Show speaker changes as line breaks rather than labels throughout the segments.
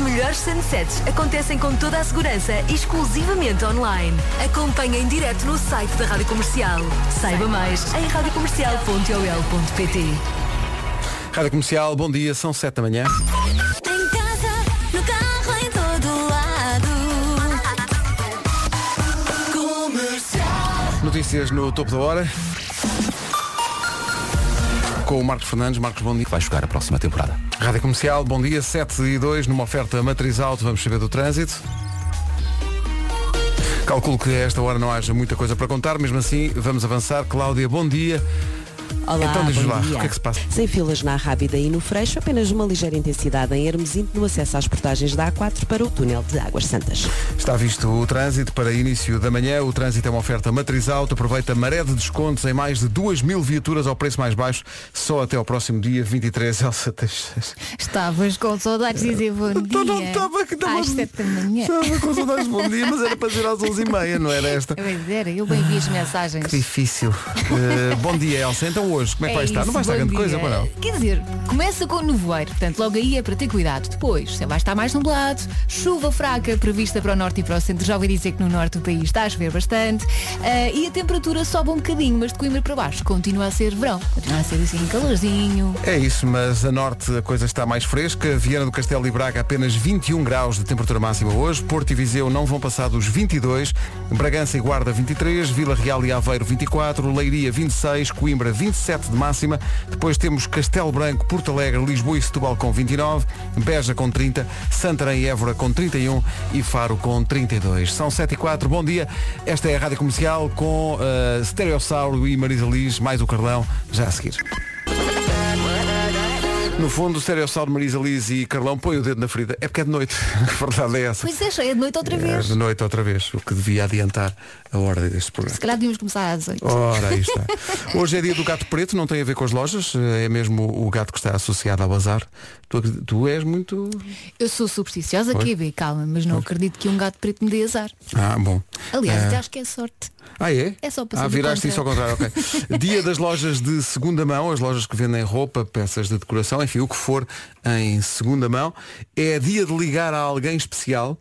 melhores sunsets acontecem com toda a segurança e exclusivamente online. Acompanhe em direto no site da Rádio Comercial. Saiba mais em radiocomercial.ol.pt
Rádio Comercial, bom dia, são 7 da manhã.
Em casa, no carro, em todo lado.
Notícias no topo da hora. Com o Marcos Fernandes, Marcos Bom dia.
Vai jogar a próxima temporada.
Rádio Comercial, bom dia, 7 e 2, numa oferta matriz alto, vamos saber do trânsito. Calculo que a esta hora não haja muita coisa para contar, mesmo assim vamos avançar. Cláudia, bom dia.
Olá,
Então diz
bom
lá,
dia.
o que é que se passa?
Sem filas na Rábida e no Freixo, apenas uma ligeira intensidade em Hermesinte no acesso às portagens da A4 para o túnel de Águas Santas.
Está visto o trânsito para início da manhã. O trânsito é uma oferta matriz alto. Aproveita maré de descontos em mais de 2 mil viaturas ao preço mais baixo. Só até ao próximo dia 23, Elsa Teixeira.
Estavas com saudades de dizer bom dia. Ah, é
Então não estava que estava.
Às sete da manhã.
Estava com saudades de bom dia, mas era para dizer às 11h30, não era esta?
Pois era, eu bem vi as mensagens.
Difícil. Eh, bom dia, Elsa. Então hoje, como é que vai estar?
isso,
Não vai estar
bom
grande
dia.
coisa, para não?
Quer dizer, começa com nevoeiro, portanto logo aí é para ter cuidado. Depois, vai estar mais nublado, chuva fraca prevista para o norte e para o centro. Já ouvi dizer que no norte do país está a chover bastante ah, e a temperatura sobe um bocadinho, mas de Coimbra para baixo continua a ser verão. Continua a ser assim, calorzinho.
É isso, mas a norte a coisa está mais fresca. Viana do Castelo e Braga apenas 21 graus de temperatura máxima hoje. Porto e Viseu não vão passar dos 22. Bragança e Guarda 23. Vila Real e Aveiro 24. Leiria 26. Coimbra 27 de máxima. Depois temos Castelo Branco, Porto Alegre, Lisboa e Setúbal com 29. Beja com 30. Santarém e Évora com 31. E Faro com 32. São 7 e 4. Bom dia. Esta é a Rádio Comercial com uh, Stereossauro e Marisa Liz. Mais o Carlão já a seguir. No fundo, o Stereossauro, Marisa Liz e Carlão põe o dedo na ferida. É porque é de noite. A verdade é essa.
Pois é, já é de noite outra
É
vez.
de noite outra vez, o que devia adiantar a hora deste programa.
Se calhar devíamos começar às oito.
Ora, aí está. Hoje é dia do gato preto, não tem a ver com as lojas, é mesmo o gato que está associado ao bazar. Tu, acredi- tu és muito.
Eu sou supersticiosa,
Pois.
que é bem calma, mas não acredito que um gato preto me dê azar.
Ah, bom.
Aliás,
Ah.
até acho que é sorte.
Ah, é?
É só para
Ah,
ser do
viraste isso ao contrário, ok. Dia das lojas de segunda mão, as lojas que vendem roupa, peças de decoração, enfim, o que for em segunda mão. É dia de ligar a alguém especial.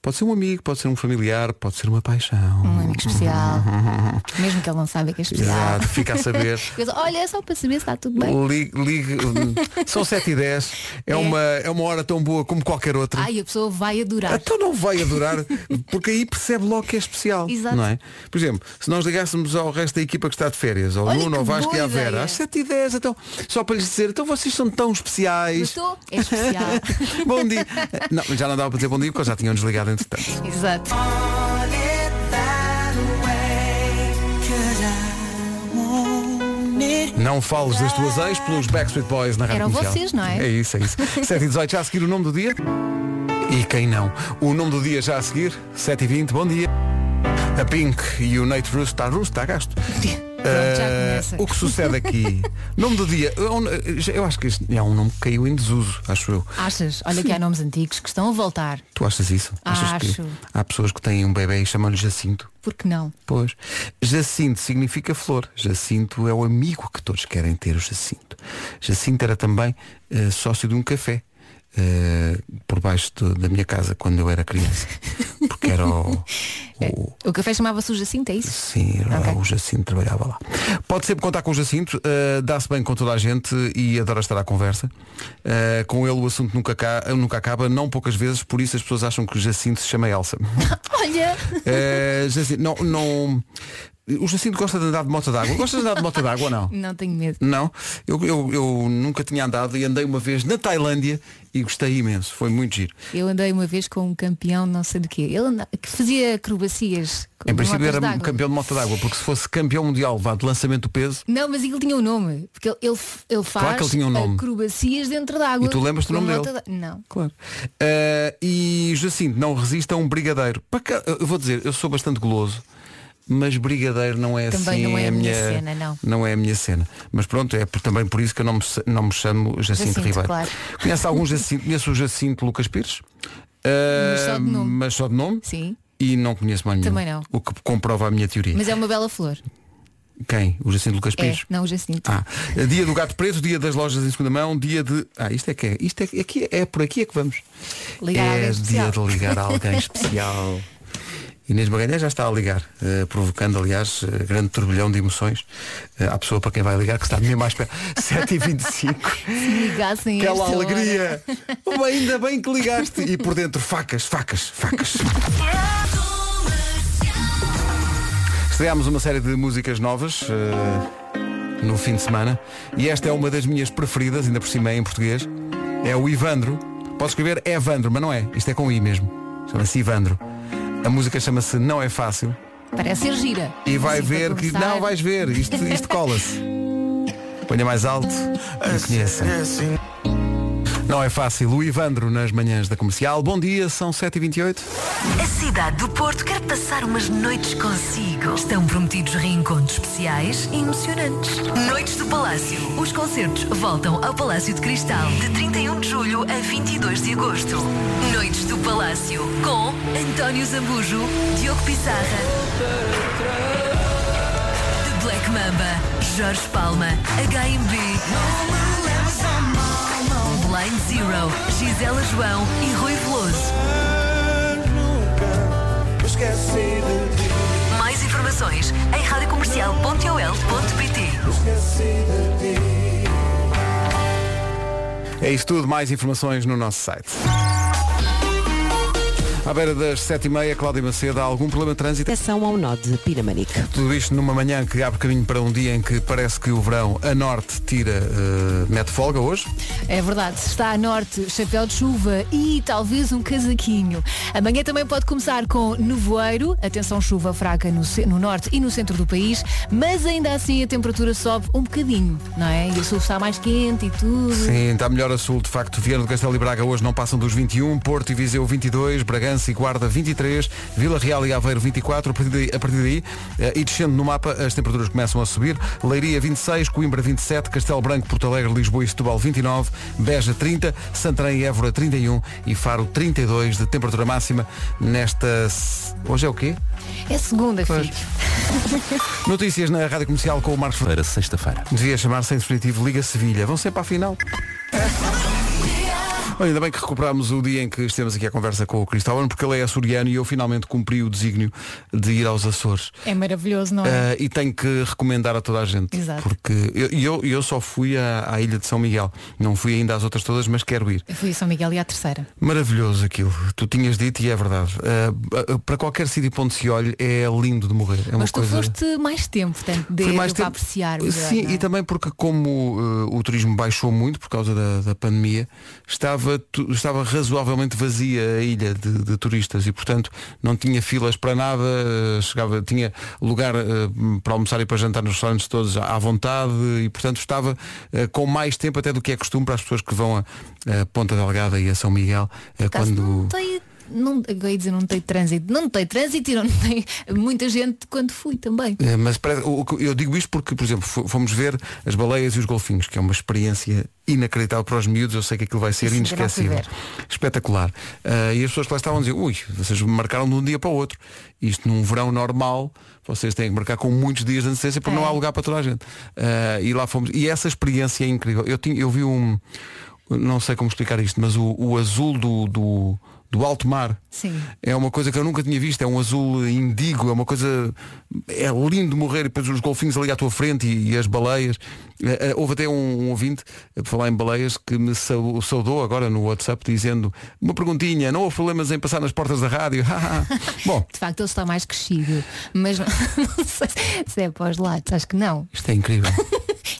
Pode ser um amigo, pode ser um familiar, pode ser uma paixão.
Um amigo especial. Mesmo que ele não saiba que é especial.
Exato, fica a saber.
Eu só, Olha, é só para saber se está tudo bem.
Ligue, ligue, hum, são 7 e 10 é, Uma, é uma hora tão boa como qualquer outra.
Ai, a pessoa vai adorar.
Então não vai adorar, porque aí percebe logo que é especial.
Exato.
Não é? Por exemplo, se nós ligássemos ao resto da equipa que está de férias, ao
Olha
Nuno,
que
ao Vasco e à
boa
Vera,
ideia.
às 7h10, então, só para lhes dizer, então vocês são tão especiais.
Gostou? É especial.
bom dia. Não, já não dava para dizer bom dia porque eu já tinham desligado entretanto.
Exato.
Não fales das tuas ex pelos Backstreet Boys na rádio.
Eram
Comercial.
vocês, não é?
É isso, é isso. 7 e 18 já a seguir o nome do dia. E quem não? O nome do dia já a seguir, 7 e 20 bom dia. A Pink e o Nate Russo está russo, está gasto.
Pronto, já
Eh,
começa.
o que sucede aqui? nome do dia. Eu, eu acho que este é um nome que caiu em desuso, acho eu.
Achas? Olha que há nomes antigos que estão a voltar.
Tu achas isso? que
Acho.
há pessoas que têm um bebê e chamam-lhe Jacinto?
Por que não?
Pois. Jacinto significa flor. Jacinto é o amigo que todos querem ter, o Jacinto. Jacinto era também eh, sócio de um café. eh, por baixo de- da minha casa quando eu era criança porque era o, o-
O café chamava-se o Jacinto, é isso?
Sim, era
Ok.
o Jacinto trabalhava lá. Pode sempre contar com o Jacinto, eh, dá-se bem com toda a gente e adora estar à conversa. Eh, com ele o assunto nunca, ca- nunca acaba, não poucas vezes, por isso as pessoas acham que Jacinto se chama Elsa.
Olha!
Eh, Jacinto, não, não. O Jacinto gosta de andar de moto d'água. Gostas de andar de moto d'água ou não?
Não tenho medo.
Não, eu, eu, eu nunca tinha andado e andei uma vez na Tailândia e gostei imenso, foi muito giro.
Eu andei uma vez com um campeão não sei do quê. Ele anda- que fazia acrobacias. com
Em princípio
motas
era um
d'água.
campeão de moto d'água, porque se fosse campeão mundial vá, de lançamento do peso,
Não, mas ele tinha um nome. Porque ele, ele, ele faz
Claro que ele tinha um nome.
acrobacias dentro d'água.
E tu lembras-te do
com
nome
moto
dele?
d'á- Não.
Claro. Eh, e Jacinto não resiste a um brigadeiro. Para cá, eu vou dizer, eu sou bastante goloso, mas brigadeiro não é
Também
assim.
não é a minha
minha-
cena, não.
é a minha cena. Mas pronto, é por- também por isso que eu não me, se- não me chamo Jacinto,
Jacinto,
Ribeiro.
claro.
Conhece algum Jacinto? Conheço o Jacinto Lucas Pires. Eh,
Mas só de nome.
mas só de nome.
Sim.
E não conheço mais nenhum.
Também não.
O que comprova a minha teoria.
Mas é uma bela flor.
Quem? O Jacinto Lucas
É,
Pires?
não o Jacinto.
Ah, dia do gato preto, dia das lojas em segunda mão, dia de. Ah, isto é que é. Isto é, que- aqui, é por aqui é que vamos.
Ligar a
é
alguém
dia
especial.
de ligar a alguém especial. Inês Magalhães já está a ligar, eh, provocando, aliás, eh, grande turbilhão de emoções eh, à pessoa para quem vai ligar, que está mesmo mais perto. 7h25.
Se me ligassem a
Aquela
esta hora.
alegria. Oh, ainda bem que ligaste. E por dentro, facas, facas, facas. Estreámos uma série de músicas novas eh, no fim de semana e esta é uma das minhas preferidas, ainda por cima é em português. É o Ivandro. Posso escrever Evandro, mas não é. Isto é com I mesmo. Chama-se Ivandro. A música chama-se Não É Fácil.
Parece ser gira.
E vai
Assim, para
ver que.
começar.
Não, vais ver. Isto, isto cola-se. Ponha mais alto e conheça. Não é fácil. O Ivandro nas manhãs da comercial. Bom dia, são 7h28.
A cidade do Porto quer passar umas noites consigo. Estão prometidos reencontros especiais e emocionantes. Noites do Palácio. Os concertos voltam ao Palácio de Cristal de 31 de julho a 22 de agosto. Noites do Palácio com António Zambujo, Diogo Pizarra, The Black Mamba, Jorge Palma, HMB. Blind Zero, Gisela João e Rui Veloso. Mais informações em radiocomercial.ol.pt
É isso tudo, mais informações no nosso site. À beira das 7h30, Cláudia Macedo, há algum problema de trânsito?
Atenção ao nó de Pinamanique.
Tudo isto numa manhã que abre caminho para um dia em que parece que o verão a norte tira, eh, mete folga hoje.
É verdade, está a norte, chapéu de chuva e talvez um casaquinho. Amanhã também pode começar com nevoeiro, atenção chuva fraca no, ce- no norte e no centro do país, mas ainda assim a temperatura sobe um bocadinho, não é? E o sul está mais quente e tudo.
Sim, está melhor a sul, de facto. Viana do Castelo e Braga hoje não passam dos 21, Porto e Viseu 22, Bragança e Guarda 23, Vila Real e Aveiro 24, a partir daí, a partir daí eh, e descendo no mapa, as temperaturas começam a subir. Leiria 26, Coimbra 27, Castelo Branco, Porto Alegre, Lisboa e Setúbal 29, Beja 30, Santarém e Évora 31 e Faro 32 de temperatura máxima nesta... s- Hoje é o quê?
É segunda, filho.
Notícias na Rádio Comercial com o Marcos Ferreira.
Para sexta-feira.
Devia chamar-se em definitivo Liga Sevilha. Vão sempre à final. Olha, ainda bem que recuperámos o dia em que estivemos aqui à conversa com o Cristóvão, porque ele é açoriano e eu finalmente cumpri o desígnio de ir aos Açores.
É maravilhoso, não é?
Ah, e tenho que recomendar a toda a gente.
Exato.
Porque eu, e eu, e eu só fui à, à Ilha de São Miguel. Não fui ainda às outras todas, mas quero ir.
Eu fui a São Miguel e à terceira.
Maravilhoso aquilo. Tu tinhas dito e é verdade. Ah, ah, para qualquer sítio para onde se olhe é lindo de morrer. É uma
mas tu
coisa...
foste mais tempo, portanto,
Fui
de
mais
para
tempo-
apreciar. melhor,
Sim,
não é?
e também porque como eh, o turismo baixou muito por causa da, da pandemia, estava, tu- estava razoavelmente vazia a ilha de, de turistas e portanto não tinha filas para nada, eh, chegava, tinha lugar eh, para almoçar e para jantar nos restaurantes todos à à vontade e portanto estava eh, com mais tempo até do que é costume para as pessoas que vão a, a Ponta Delgada e a São Miguel eh,
Caso
quando.
não tem não, eu ia dizer não tem trânsito, não tem trânsito e não tem muita gente quando fui também.
Eh, Mas parece- o- o que- eu digo isto porque, por exemplo, fo- fomos ver as baleias e os golfinhos, que é uma experiência inacreditável para os miúdos, eu sei que aquilo vai ser
Isso ainda não fui
inesquecível.
ver.
Espetacular. Ah, e as pessoas que lá estavam diziam, ui, vocês marcaram de um dia para o outro. Isto num verão normal, vocês têm que marcar com muitos dias de antecedência porque
É.
não há lugar para toda a gente. Ah, e lá fomos. E essa experiência é incrível. Eu, tinha, eu vi um. Não sei como explicar isto, mas o, o azul do, do, do alto mar
Sim.
é uma coisa que eu nunca tinha visto, é um azul indigo, é uma coisa. É lindo de morrer, e depois os golfinhos ali à tua frente e, e as baleias. Eh, eh, Houve até um, um ouvinte, eh, por falar em baleias, que me sau- saudou agora no WhatsApp dizendo uma perguntinha, não houve problemas em passar nas portas da rádio. Bom,
De facto ele está mais crescido, mas não, não sei se é para os lados, acho que não.
isto é incrível.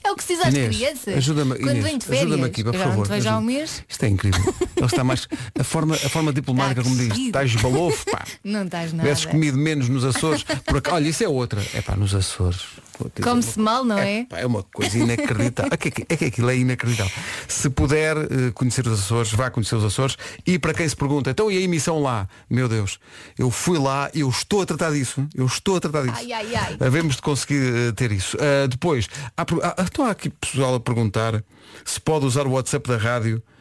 É o que precisa às
Inês,
crianças.
ajuda-me,
quando
Inês,
vêm de férias,
ajuda-me aqui, por
eu já não
favor,
te vejo há um
ajuda-me.
mês,
Isto é incrível. Ele está mais. A forma, a forma diplomática, como diz,
crescido.
estás balofo, pá.
não estás nada.
Tivesses comido menos nos Açores. Por ac- Olha, isso é outra. É pá, nos Açores. vou te dizer uma
Come-se mal, não é?
Pá, É uma coisa inacreditável. É que, é que aquilo é inacreditável. Se puder eh, conhecer os Açores, vá conhecer os Açores. E para quem se pergunta, então e a emissão lá? Meu Deus, eu fui lá, eu estou a tratar disso. Eu estou a tratar disso.
Ai, ai, ai.
Havemos de conseguir eh, ter isso. Ah, depois, há, pro- há, então há aqui pessoal a perguntar se pode usar o WhatsApp da rádio. para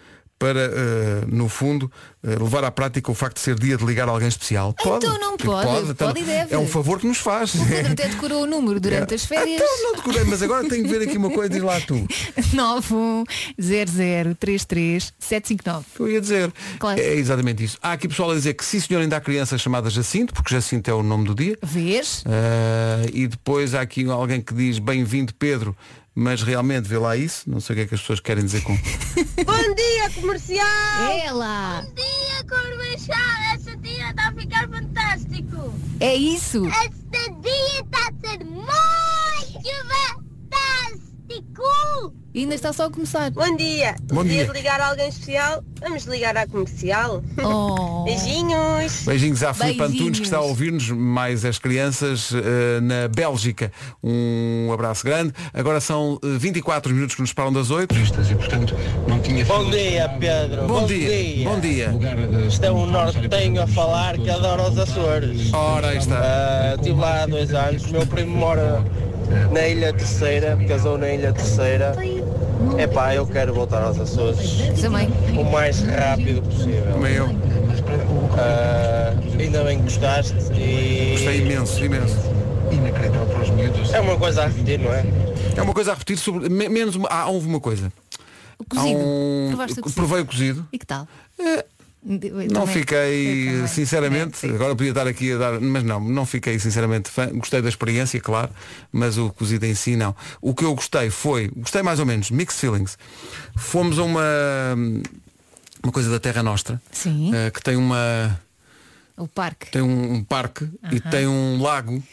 para, eh, no fundo, eh, levar à prática o facto de ser dia de ligar a alguém especial. Pode.
Então não pode, pode e deve.
É um favor que nos faz.
O Pedro até decorou o número durante as férias.
Então não decorei, mas agora tenho que ver aqui uma coisa diz lá tu.
910033759.
que eu ia dizer.
Claro.
É exatamente isso. Há aqui pessoal a dizer que sim senhor ainda há crianças chamadas Jacinto, porque Jacinto é o nome do dia.
Vês?
Ah, e depois há aqui alguém que diz bem-vindo Pedro, mas realmente vê lá isso. Não sei o que é que as pessoas querem dizer com.
Bom dia, comercial!
Ah.
Ela!
Dia Corbichal, esse dia
tá
está a ficar fantástico!
É isso!
Este dia está a ser muito fantástico!
E ainda está só a começar.
Bom dia!
Bom
Dia
dia.
de ligar a alguém especial? Vamos ligar à comercial.
Oh.
Beijinhos!
Beijinhos à Filipe
Beijinhos.
Antunes que está a ouvir-nos, mais as crianças, eh, na Bélgica. Um abraço grande. Agora são eh, 24 minutos que nos param das 8.
e portanto não tinha
Bom dia, Pedro.
Bom, dia. Bom dia.
Isto é um nortenho a falar que adora os Açores.
Ora, aí está.
Ah, estive lá há dois anos. Meu primo mora na Ilha Terceira, casou na Ilha Terceira. Epá, eu quero voltar aos Açores
Também.
o mais rápido possível.
Também é eu.
Ah, ainda bem que gostaste
Gostei
e
imenso, imenso.
inacreditável para os miúdos.
é uma coisa a repetir, não é?
É uma coisa a repetir sobre. me- Menos uma. Ah, houve uma coisa.
O
Há
cozido.
um-
Provaste o cozido.
Provei o cozido. É,
E que tal?
Não
Também. Eu
fiquei,
também.
sinceramente,
É, sim.
agora podia estar aqui a dar, mas não, não fiquei sinceramente fã. Gostei da experiência, claro, mas o cozido em si não. O que eu gostei foi, gostei mais ou menos, mixed feelings. Fomos a uma, uma coisa da Terra Nostra,
Sim.
eh, que tem, uma,
O parque.
É. tem um, um parque e tem um lago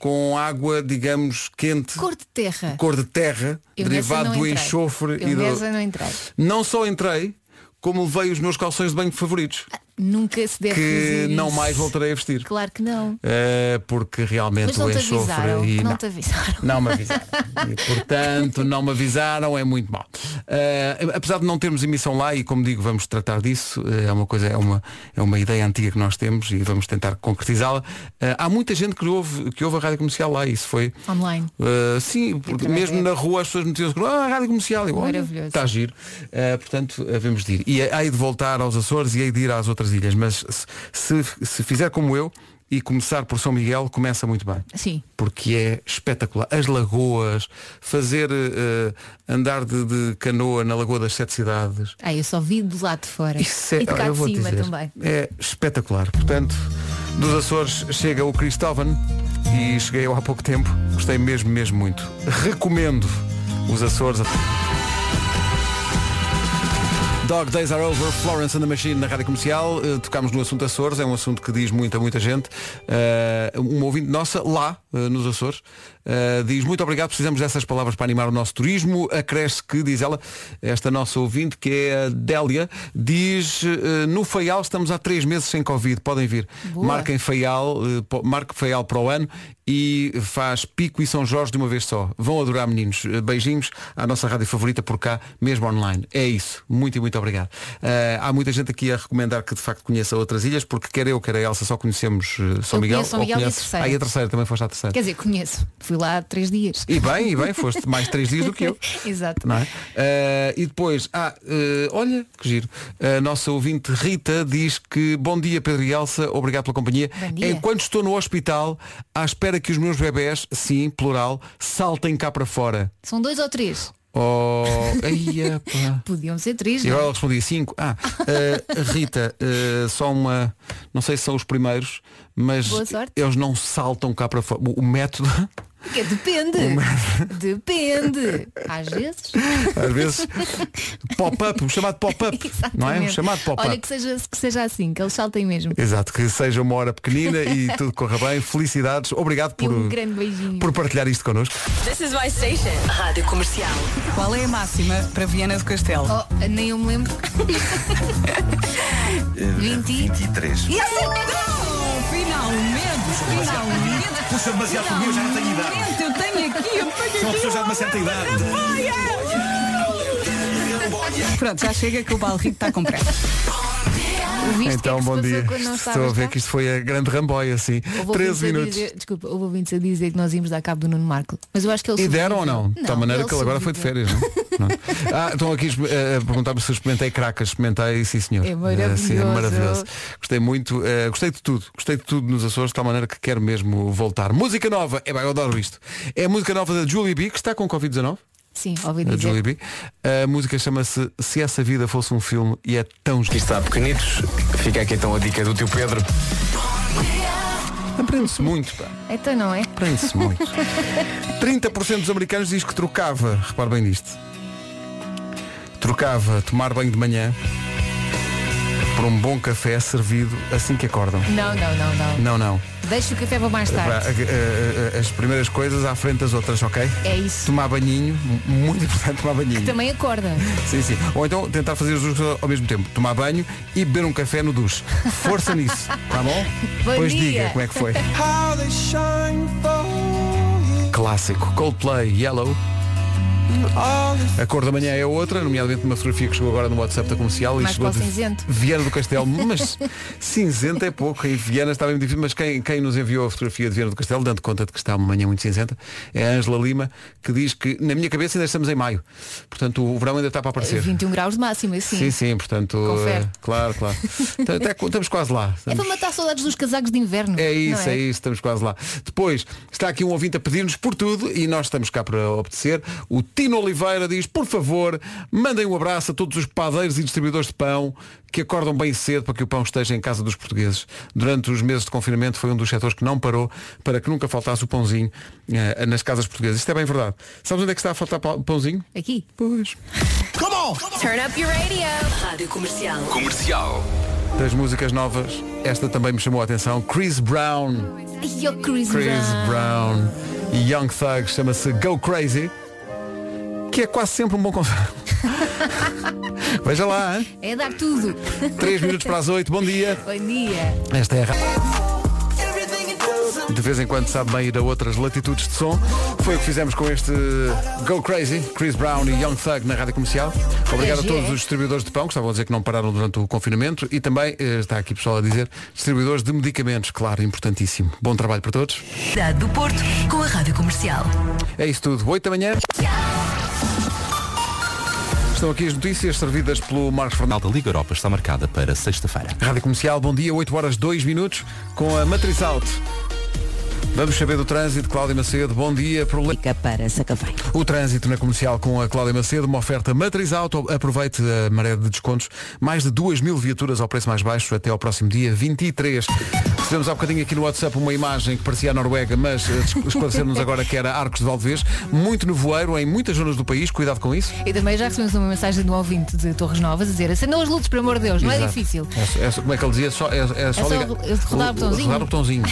com água, digamos, quente,
Cor de terra.
cor de terra,
Eu nessa
derivado do
não entrei.
enxofre
Eu
e
nessa não
do.
entrei.
Não só entrei, como levei os meus calções de banho favoritos
Nunca se deve
que
fazer
não
Ah, isso.
mais voltarei a vestir.
Claro que não.
Eh, porque
Mas
realmente
não
o
te
enxofre
avisaram.
e
Não,
não.
te avisaram.
Não me avisaram. E, portanto, não me avisaram, é muito mal. Eh, apesar de não termos emissão lá, e como digo, vamos tratar disso, eh, é uma coisa, é uma, é uma ideia antiga que nós temos e vamos tentar concretizá-la. Eh, há muita gente que ouve, que ouve a rádio comercial lá, isso foi.
Online.
Eh, sim, porque
através
mesmo
da
na rua as pessoas metiam-se com ah, a rádio comercial, eu, olha,
Maravilhoso.
está giro. Eh, portanto, havemos de ir. E hei de voltar aos Açores e hei de ir às outras ilhas, mas se, se- se fizer como eu e começar por São Miguel, começa muito bem.
Sim.
Porque é espetacular. As lagoas, fazer eh, andar de, de canoa na Lagoa das Sete Cidades.
Ah, eu só vi do lado de fora.
Isso é,
e de cá
eu
de
vou
cima
dizer,
também.
é espetacular. Portanto, dos Açores chega o Cristóvão e cheguei eu há pouco tempo. Gostei mesmo, mesmo muito. Recomendo os Açores. Dog Days Are Over, Florence and the Machine na Rádio Comercial. Eh, tocámos no assunto Açores, é um assunto que diz muito a muita gente. Eh, um ouvinte nossa, lá, eh, nos Açores, eh, diz muito obrigado, precisamos dessas palavras para animar o nosso turismo. Acresce que, diz ela, esta nossa ouvinte, que é a Délia, diz eh, no Faial estamos há três meses sem Covid, podem vir.
Boa.
Marquem Faial, eh, po- marque Faial para o ano e faz Pico e São Jorge de uma vez só. Vão adorar, meninos. Eh, Beijinhos à nossa rádio favorita por cá, mesmo online. É isso. Muito e muito obrigado. Eh, há muita gente aqui a recomendar que de facto conheça outras ilhas, porque quer eu, quer a Elsa, só conhecemos eh, São
Eu
Miguel.
conheço São
ou
Miguel e a
conheces-
Terceira.
Ah, e a terceira, também foste à terceira.
Quer dizer, conheço. Fui lá há três dias.
E bem, e bem, foste mais três dias do que eu.
Exato.
Não é? Eh, e depois, ah, eh, olha, que giro. A nossa ouvinte Rita diz que bom dia Pedro e Elsa, obrigado pela companhia.
Bom dia.
Enquanto estou no hospital, à espera que os meus bebés, sim, plural, saltem cá para fora.
São dois ou três.
Oh, eia, pá.
Podiam ser três.
E
não é?
agora ela respondia 5. Ah, eh, Rita, eh, só uma. Não sei se são os primeiros, mas
Boa sorte.
eles não saltam cá para fora. O- o método
Porque É, depende. Depende. Às vezes.
Às vezes pop-up, o chamado pop-up. Não é? O
Exatamente.
chamado
Olha
pop-up. É,
que seja, que seja assim, que eles saltem mesmo.
Exato, que seja uma hora pequenina e tudo corra bem. Felicidades. Obrigado
E
por,
um grande beijinho.
por partilhar isto connosco.
This is my station.
Rádio Comercial.
Qual é a máxima para Viana do Castelo?
Oh, nem eu me lembro. 20.
23.
Yes! Não! é Finalmente! Finalmente!
Puxa demasiado por mim, eu já não tenho idade.
Finalmente! Eu tenho aqui, eu
Sou
tenho
uma
aqui.
pessoa já de uma certa idade.
Pronto, já chega que o Balrico está com pressa.
Viste o que é
Então,
que se
bom
passou
dia.
quando não
Estou a
estavas
ver
cá?
que isto foi a grande ramboia, assim.
Houve ouvintes
13
a
minutos.
Dizer, desculpa, houve ouvintes a dizer que nós íamos dar cabo do Nuno Marco. Mas eu acho que ele
E deram ou
sobreviveu.
não? De tal maneira que ele agora foi de
sobreviveu.
férias, não? é? Não. Ah, estão aqui eh, a perguntar-me se eu experimentei cracas. Experimentei, sim senhor.
É maravilhoso.
Eh, sim, é maravilhoso. Gostei muito, eh, gostei de tudo. Gostei de tudo nos Açores, de tal maneira que quero mesmo voltar. Música nova, é bem, eu adoro isto. É a música nova da Julie B, que está com Covid-19.
Sim, ouvi
A
dizer.
Julie B. A música chama-se Se Essa Vida Fosse um Filme e é tão esquisito.
Está pequenitos, fica aqui então a dica do tio Pedro.
Aprende-se muito, pá.
Então não é?
Aprende-se muito. 30% dos americanos diz que trocava, repare bem nisto, trocava tomar banho de manhã por um bom café servido assim que acordam.
Não, não, não, não.
Não, não.
Deixa o café para mais
Vá,
tarde.
a- a- a- As primeiras coisas à frente das outras, ok?
É isso.
Tomar banhinho, m- muito importante tomar banhinho.
Também acorda.
Sim, sim. Ou então tentar fazer os dois ao mesmo tempo. Tomar banho e beber um café no duche. Força nisso, tá bom?
Bom
pois
dia.
diga como é que foi. Clássico. Coldplay, Yellow. A cor da manhã é outra, nomeadamente uma fotografia que chegou agora no WhatsApp da comercial e
Mais
chegou
para o cinzento.
Viana do Castelo, mas cinzento é pouco, em Viana está bem difícil, mas quem, quem nos enviou a fotografia de Viana do Castelo, dando conta de que está uma manhã muito cinzenta, é a Ângela Lima, que diz que na minha cabeça ainda estamos em maio. Portanto, o verão ainda está para aparecer.
21 graus de máximo, assim.
Sim, sim, portanto,
Confere.
eh, claro, claro. Então, até co- estamos quase lá.
É para
Estamos-
matar saudades dos casacos de inverno.
É isso,
não
é? isso, estamos quase lá. Depois, está aqui um ouvinte a pedir-nos por tudo e nós estamos cá para obedecer. O Tino Oliveira diz, por favor, mandem um abraço a todos os padeiros e distribuidores de pão que acordam bem cedo para que o pão esteja em casa dos portugueses. Durante os meses de confinamento foi um dos setores que não parou para que nunca faltasse o pãozinho eh, nas casas portuguesas. Isto é bem verdade. Sabes onde é que está a faltar pau- pãozinho?
Aqui.
Pois.
Turn up your radio.
Rádio Comercial.
Comercial.
Das músicas novas, esta também me chamou a atenção. Chris Brown.
E o Chris,
Chris
Brown.
Brown e Young Thug chama-se Go Crazy, que é quase sempre um bom conselho. Veja lá, hein?
É dar tudo.
3 minutos para as 8, bom dia.
Bom dia.
Esta é a Ra- De vez em quando sabe bem ir a outras latitudes de som. Foi o que fizemos com este Go Crazy, Chris Brown e Young Thug na rádio comercial. Obrigado a
giro,
todos
é?
os distribuidores de pão que estavam a dizer que não pararam durante o confinamento e também, eh, está aqui pessoal a dizer, distribuidores de medicamentos, claro, importantíssimo. Bom trabalho para todos.
Cidade do Porto com a Rádio Comercial.
É isso tudo. 8 da manhã. Estão aqui as notícias servidas pelo Marcos
final
Fernandes.
da Liga Europa está marcada para sexta-feira.
Rádio Comercial, bom dia, 8 horas 2 minutos, com a Matriz Alto. Vamos saber do trânsito, Cláudio Macedo, bom dia. Proble-
Fica para Sacavém.
O trânsito na comercial com a Cláudia Macedo, uma oferta Matriz Auto. Aproveite a maré de descontos. Mais de 2 mil viaturas ao preço mais baixo até ao próximo dia 23. Recebemos há bocadinho aqui no WhatsApp uma imagem que parecia a Noruega, mas eh, es- esclarecer-nos agora que era Arcos de Valdevez. Muito nevoeiro em muitas zonas do país, cuidado com isso.
E também já recebemos uma mensagem de um ouvinte de Torres Novas a dizer acendam as luzes, por amor de Deus, não é
Exato.
difícil.
É só- é só- como é que ele dizia? Só, é, é só
só
ligar-
ro- rodar o botãozinho.
rodar o botãozinho.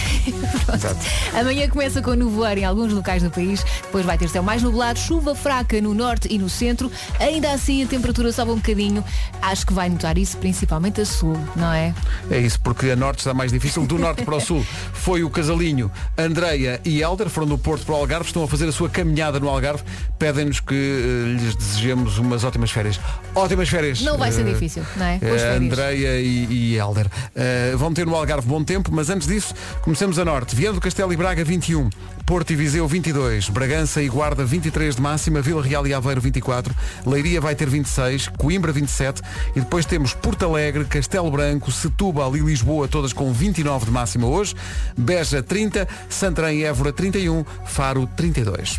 Exato.
Amanhã começa com nevoeiro em alguns locais do país, depois vai ter céu mais nublado, chuva fraca no norte e no centro. Ainda assim a temperatura sobe um bocadinho. Acho que vai notar isso principalmente a sul, não é?
É isso, porque a norte está mais difícil. Do norte para o sul foi o casalinho Andreia e Helder, foram do Porto para o Algarve, estão a fazer a sua caminhada no Algarve. Pedem-nos que eh, lhes desejemos umas ótimas férias. Ótimas férias.
Não vai ser
Eh,
difícil, não é? Boas
eh,
férias.
Andreia e, e Helder. Eh, vão ter no Algarve bom tempo, mas antes disso, começamos a norte. Viana do Castelo e Braga 21, Porto e Viseu 22, Bragança e Guarda 23 de máxima, Vila Real e Aveiro 24, Leiria vai ter 26, Coimbra 27 e depois temos Porto Alegre, Castelo Branco, Setúbal e Lisboa, todas com 29 de máxima hoje, Beja 30, Santarém e Évora 31, Faro 32.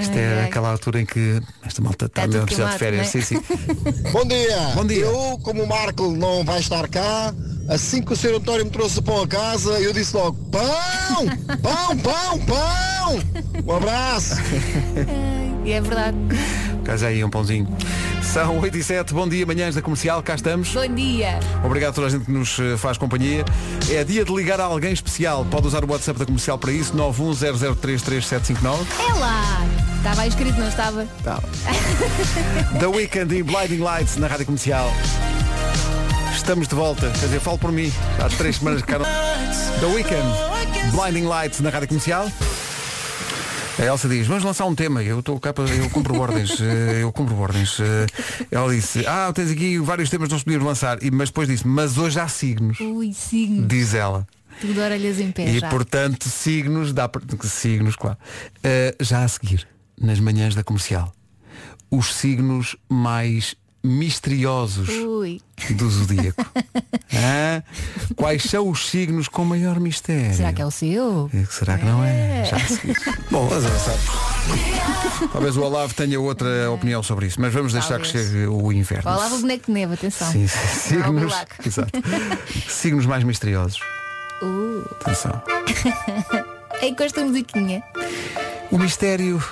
Isto é
ai.
aquela altura em que esta malta está
Está
mesmo a
tudo
precisar de
queimado,
férias.
não
Sim,
é?
sim.
Bom dia.
Bom dia.
Eu, como o Marco não vai estar cá, assim que o Sr. António me trouxe o pão a casa, eu disse logo, pão, pão, pão, pão. Um abraço.
E é verdade.
Casa aí um pãozinho. São 8 e 7, bom dia, manhãs da comercial, cá estamos.
Bom dia.
Obrigado a toda a gente que nos eh, faz companhia. É dia de ligar a alguém especial. Pode usar o WhatsApp da comercial para isso, 910033759.
É lá. Estava aí escrito, não estava?
Tá. The Weekend e Blinding Lights na rádio comercial. Estamos de volta, quer dizer, falo por mim. Há três semanas que cá não- The Weekend, Blinding Lights na rádio comercial. A Elsa diz, vamos lançar um tema, eu estou cá para, eu compro ordens, eh, eu compro ordens. Eh, Ela disse, ah, tens aqui vários temas que nós podíamos lançar, E- mas depois disse, mas hoje há signos,
Ui, signos.
diz ela.
Tudo orelhas em pé.
E
É já.
portanto, signos, dá pra- signos, claro. Eh, já a seguir, nas manhãs da comercial, os signos mais misteriosos
Ui.
do zodíaco. Hã? Quais são os signos com maior mistério?
Será que é o seu?
É que Será que não é?
É.
Já a seguir. Bom, vamos avançar. Talvez o Olavo tenha outra opinião sobre isso, mas vamos deixar que
É. Talvez.
chegue o inverno.
Falava o boneco de neve, atenção.
Sim, sim,
Não há
signos,
buraco.
exato. signos mais misteriosos.
Uh.
Atenção.
Ei, com esta musiquinha.
O mistério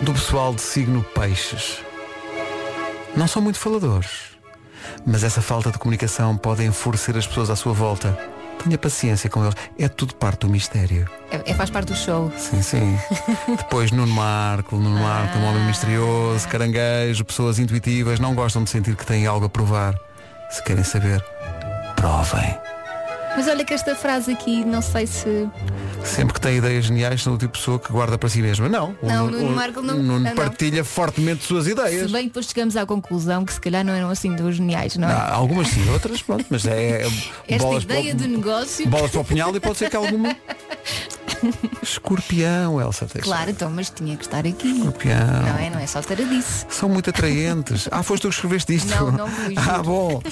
do pessoal de signo peixes. Não são muito faladores, mas essa falta de comunicação pode enfurecer as pessoas à sua volta. Tenha paciência com eles, é tudo parte do mistério.
É, é- faz parte do show.
Sim, sim. Depois Nuno Marco, Nuno Marco, um homem
Ah.
misterioso, caranguejo, pessoas intuitivas, não gostam de sentir que têm algo a provar. Se querem saber, provem.
Mas olha que esta frase aqui, não sei se.
Sempre que têm ideias geniais, são o tipo de pessoa que guarda para si mesma. Não, o
Não,
Nuno-
Nuno
o
Marco não- Ah,
Nuno
não, não.
partilha fortemente suas ideias.
Se bem que depois chegamos à conclusão que se calhar não eram assim dos geniais, não é?
Há algumas sim, outras, pronto, mas é
Esta
bolas,
ideia
para,
do
o-
negócio.
bolas para o punhal e pode ser que alguma. Escorpião, Elsa, tens.
Claro, então, mas tinha que estar aqui.
Escorpião.
Não é, não é só taradice.
São muito atraentes. Ah, foste tu que escreveste isto.
Não, não fui, juro.
Ah, bom.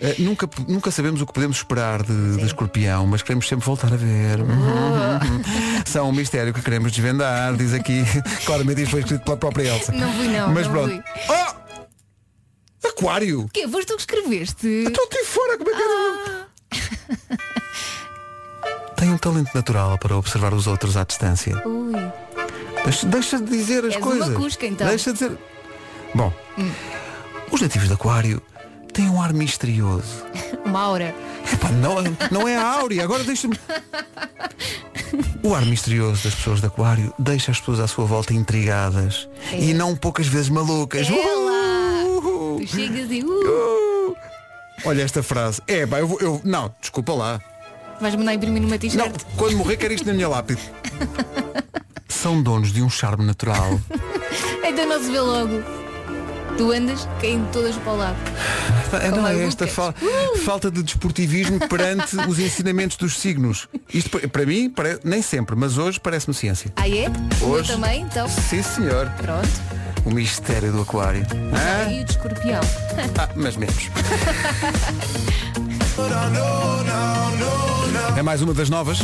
Eh, nunca, nunca sabemos o que podemos esperar de, de escorpião, mas queremos sempre voltar a ver.
Oh.
São um mistério que queremos desvendar, diz aqui. Claramente isto foi escrito pela própria Elsa.
Não fui não.
Mas
não
pronto. Oh!
Fui.
Aquário!
Quê? Foste tu que escreveste? Estou
aqui fora, como é que era? Tem um talento natural para observar os outros à distância.
Ui.
Deixa, deixa de dizer as
És
coisas.
uma cusca, então.
Deixa de dizer. Bom, os nativos de Aquário têm um ar misterioso.
Maura.
Epá, não, não é a Áurea, agora deixa-me. O ar misterioso das pessoas de Aquário deixa as pessoas à sua volta intrigadas
É.
e não poucas vezes malucas.
Ela! Tu chegas e. Uh,
Olha esta frase. É, pá, eu vou. eu- não, desculpa lá.
vais mandar imprimir numa
Não,
t-shirt.
quando morrer quero isto na minha lápide. São donos de um charme natural.
Então não se vê logo. Tu andas, caem todas para o lado.
Ah,
Como
Não,
a
é esta
Lucas.
fa- falta de desportivismo perante os ensinamentos dos signos. Isto pa- para mim, pare- nem sempre, mas hoje parece-me ciência.
Ah, é?
Hoje.
Eu também, então.
Sim, senhor.
Pronto.
O mistério do aquário. Hã?
E o de escorpião.
Ah, mas menos. É mais uma das novas.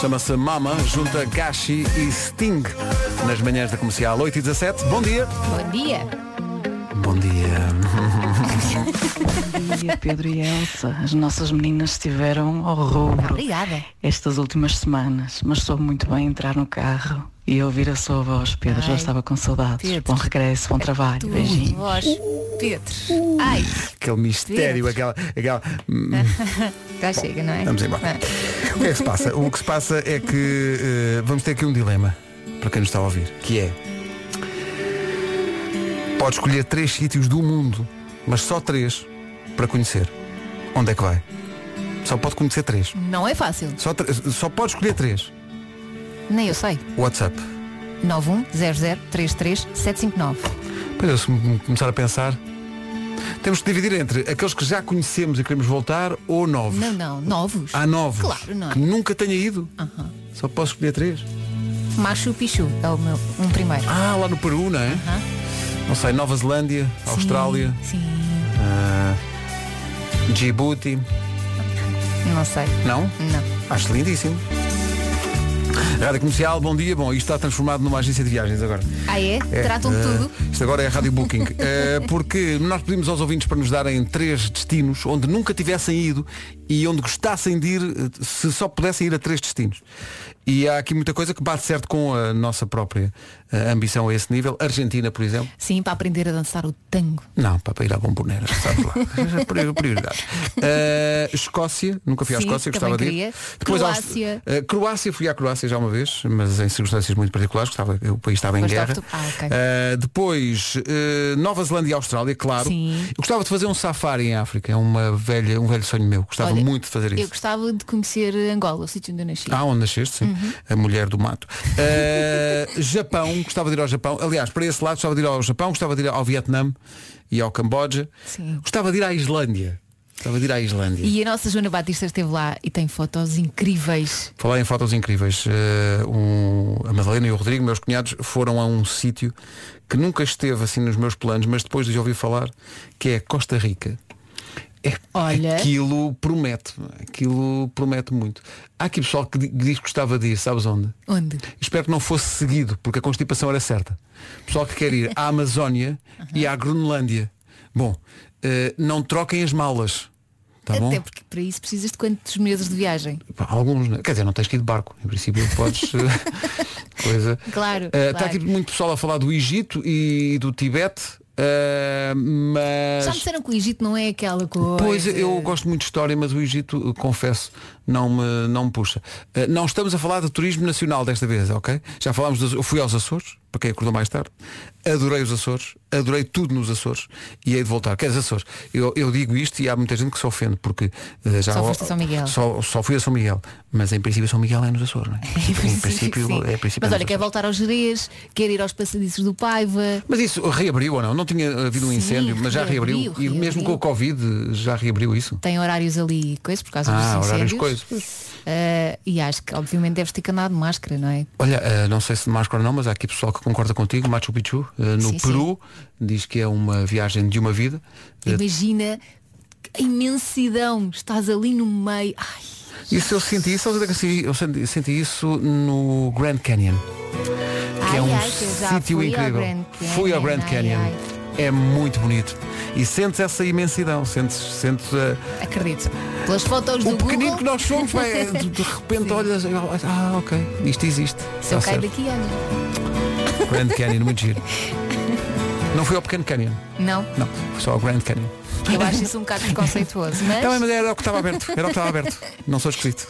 Chama-se Mama, junta Gashi e Sting. Nas manhãs da comercial 8 e 17. Bom dia.
Bom dia.
Bom dia.
Bom dia, Pedro e Elsa. As nossas meninas tiveram horror
Tá Obrigada.
estas últimas semanas, mas soube muito bem entrar no carro e ouvir a sua voz, Pedro. Já
Ai.
estava com saudades. Bom regresso,
É
bom trabalho.
Tu,
Beijinho.
vós, Pedro. Ai.
Aquele mistério, aquela. aquela... Hum,
Já chega, não é?
Vamos embora. O que é que se passa? O que se passa é que eh, vamos ter aqui um dilema para quem nos está a ouvir, que é pode escolher três sítios do mundo, mas só três para conhecer. Onde é que vai? Só pode conhecer três.
Não é fácil.
Só, tre- só pode escolher três.
Nem eu sei.
WhatsApp.
910033759.
Pois eu, se me começar a pensar, temos que dividir entre aqueles que já conhecemos e queremos voltar ou novos.
Não, não. Novos.
Há novos
Claro, não é?
que nunca tenha ido.
Aham.
Só posso escolher três.
Machu Picchu é o meu um primeiro.
Ah, lá no Peru, não é? Não sei, Nova Zelândia, Austrália,
Sim,
ah, Djibouti.
não sei.
Não?
Não.
Acho lindíssimo. Rádio Comercial, bom dia. Bom, isto está transformado numa agência de viagens agora.
Ah é? Tratam de
eh,
tudo.
Isto agora é a Rádio Booking. Eh, porque nós pedimos aos ouvintes para nos darem três destinos onde nunca tivessem ido e onde gostassem de ir eh, se só pudessem ir a três destinos. E há aqui muita coisa que bate certo com a nossa própria eh, ambição a esse nível. Argentina, por exemplo.
Sim, para aprender a dançar o tango.
Não, um pá, para ir à bomboneira, sabe lá. Prior- Prioridades. Ah, Escócia, nunca fui à
Sim,
Escócia,
também
gostava de ir.
queria.
Depois,
Croácia.
Aust- ah, Croácia, fui à Croácia já uma vez, mas em circunstâncias muito particulares, que estava, o país estava em
Foste
guerra.
ao tu- Ah, ok.
Uh, depois, uh, Nova Zelândia e Austrália, claro. Eu gostava de fazer um safari em África, é uma velha, um velho sonho meu. Gostava
Olha,
muito de fazer
Eu
isso.
gostava de conhecer Angola, o sítio onde eu nasci.
Ah, onde nasceste, sim.
Uhum.
A mulher do mato. Uh, Japão, gostava de ir ao Japão. Aliás, para esse lado, gostava de ir ao Japão, gostava de ir ao Vietnã e ao Camboja.
Sim.
Gostava de ir à Islândia. Gostava de ir à Islândia.
E a nossa Joana Batista esteve lá e tem fotos incríveis.
Falar em fotos incríveis, eh, um- a Madalena e o Rodrigo, meus cunhados, foram a um sítio que nunca esteve assim nos meus planos, mas depois de ouvir falar, que é Costa Rica. É,
Olha.
Aquilo promete, aquilo promete muito. Há aqui pessoal que di- que diz que gostava de ir, sabes onde?
Onde?
Espero que não fosse seguido, porque a constipação era certa. Pessoal que quer ir à Amazónia e à Groenlândia. Bom, eh, não troquem as malas. Tá bom?
Até porque para isso precisas de quantos meses de viagem?
Pá, Alguns, né? quer dizer, não tens que ir de barco. Em princípio podes. eh, coisa.
Claro,
Eh,
claro.
Está aqui muito pessoal a falar do Egito e do Tibete, eh, mas.
Já me disseram que o Egito não é aquela coisa.
Pois eu gosto muito de história, mas o Egito, eh, confesso, não me, não me puxa. Eh, não estamos a falar de turismo nacional desta vez, ok? Já falámos dos, Eu fui aos Açores, para quem acordou mais tarde. Adorei os Açores, adorei tudo nos Açores e hei de voltar. Queres Açores? Eu, eu digo isto e há muita gente que se ofende, porque eh, já.
Só foste a São Miguel.
Só, só fui a São Miguel. Mas em princípio São Miguel é nos Açores, não é? em princípio,
Sim.
é em princípio. é
Mas
nos
olha, quer voltar aos Jerez, quer ir aos passadiços do Paiva.
mas isso reabriu ou não? Não tinha havido um
Sim,
incêndio, mas já reabriu.
reabriu,
E mesmo com o Covid já reabriu isso?
Tem horários ali, coisa, por causa
Ah,
dos
horários,
incêndios.
coisa,
Ah, e acho que obviamente deves ter que andar de máscara, não é?
Olha, eh, não sei se de máscara ou não, mas há aqui pessoal que concorda contigo, Machu Picchu, eh, no
Sim, sim.
Peru, diz que é uma viagem de uma vida. Eh,
Imagina a imensidão. Estás ali no meio. Ai,
Isso Eh, eu senti isso, sabes onde é que eu senti- eu senti, senti isso no Grand Canyon. Que
Ai,
é um
ai, que eu já
sítio
fui ao
incrível.
Grand
fui ao
Canyon,
Grand
ai,
Canyon.
ai.
É muito bonito. E sentes essa imensidão, sentes, sentes a.
acredito. Pelas fotos
o
do
pequenino
Google.
que nós somos, vai, eh, de, de repente olhas, e, ah, ok, isto existe.
Se eu
Está certo.
caio daqui, olha.
Grand Canyon, muito giro. Não fui ao Pequeno Canyon,
Não,
não, foi só ao Grand Canyon.
eu acho isso um bocado preconceituoso, mas.
Também, mas era o que estava aberto, era o que estava aberto. Não sou escrito.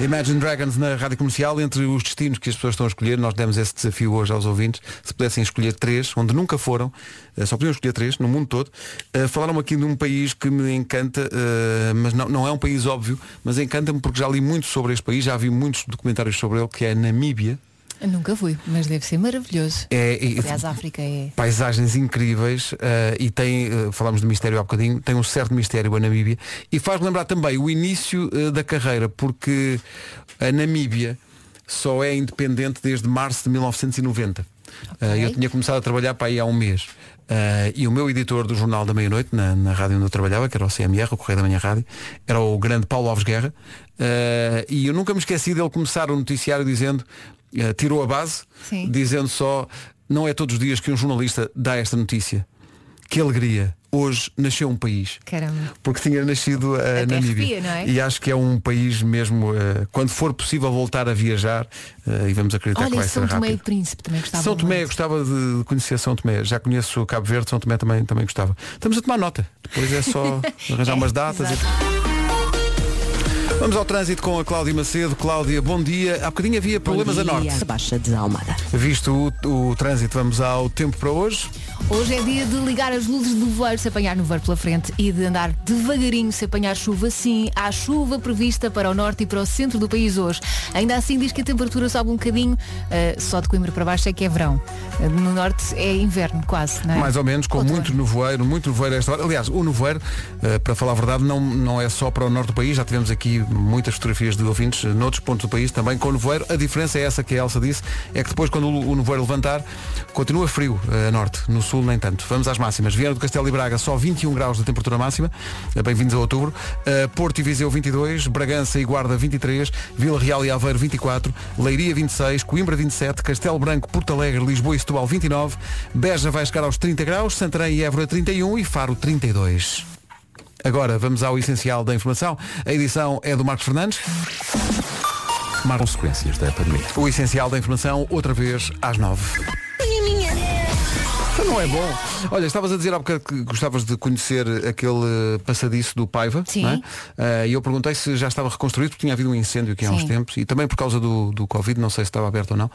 Imagine Dragons na rádio comercial, entre os destinos que as pessoas estão a escolher, nós demos esse desafio hoje aos ouvintes. Se pudessem escolher três, onde nunca foram, eh, só podiam escolher três, no mundo todo. Eh, Falaram aqui de um país que me encanta, eh, mas não, não é um país óbvio, mas encanta-me porque já li muito sobre este país, já vi muitos documentários sobre ele, que é a Namíbia.
Nunca fui, mas deve ser maravilhoso.
É, e-
Aliás, a África é.
paisagens incríveis eh, e tem, eh, falámos de mistério há bocadinho, tem um certo mistério a Namíbia e faz lembrar também o início eh, da carreira, porque a Namíbia só é independente desde março de 1990. Eh, eu tinha começado a trabalhar para aí há um mês. Eh, e o meu editor do Jornal da Meia-Noite, na, na rádio onde eu trabalhava, que era o CMR, o Correio da Manhã Rádio, era o grande Paulo Alves Guerra, eh, e eu nunca me esqueci dele começar o noticiário dizendo, eh, tirou a base,
Sim.
dizendo só não é todos os dias que um jornalista dá esta notícia. Que alegria. Hoje nasceu um país.
Caramba.
Porque tinha nascido a
Até
Namíbia.
arrepia, não é?
E acho que é um país mesmo, eh, quando for possível voltar a viajar, eh, e vamos acreditar que
Olha,
vai
e
ser
São
rápido.
Tomé e Príncipe também gostava.
São Tomé, é eu
muito.
gostava de conhecer São Tomé. Já conheço Cabo Verde, São Tomé também, também gostava. Estamos a tomar nota. Depois é só arranjar umas datas. e- Vamos ao trânsito com a Cláudia Macedo. Cláudia, bom dia. Há bocadinho havia problemas a norte.
Baixa desalmada.
Visto o, o trânsito, vamos ao tempo para hoje.
Hoje é dia de ligar as luzes do voeiro se apanhar no voeiro pela frente e de andar devagarinho se apanhar chuva. Sim, há chuva prevista para o norte e para o centro do país hoje. Ainda assim diz que a temperatura sobe um bocadinho, ah, só de Coimbra para baixo é que é verão. Ah, no norte é inverno quase, não é?
Mais ou menos, com muito nevoeiro, muito nevoeiro a esta hora. Aliás, o nevoeiro, eh, para falar a verdade, não, não é só para o norte do país. Já tivemos aqui muitas fotografias de ouvintes eh, noutros pontos do país também com nevoeiro. A diferença é essa que a Elsa disse, é que depois quando o o nevoeiro levantar, continua frio eh, a norte, no sul nem tanto. Vamos às máximas. Viana do Castelo e Braga, só 21 graus de temperatura máxima. Eh, Bem-vindos a outubro. Eh, Porto e Viseu 22, Bragança e Guarda 23, Vila Real e Aveiro 24, Leiria 26, Coimbra 27, Castelo Branco, Porto Alegre, Lisboa e Setúbal 29, Beja vai chegar aos 30 graus, Santarém e Évora 31 e Faro 32. Agora vamos ao essencial da informação. A edição é do Marcos Fernandes.
Consequências da pandemia.
O essencial da informação, outra vez às 9.
Minha, minha.
Foi Não é bom. Olha, estavas a dizer há bocado que gostavas de conhecer aquele passadiço do Paiva.
Sim.
não é? Ah, E eu perguntei se já estava reconstruído, porque tinha havido um incêndio aqui há uns
Sim.
tempos. E também por causa do, do Covid, não sei se estava aberto ou não.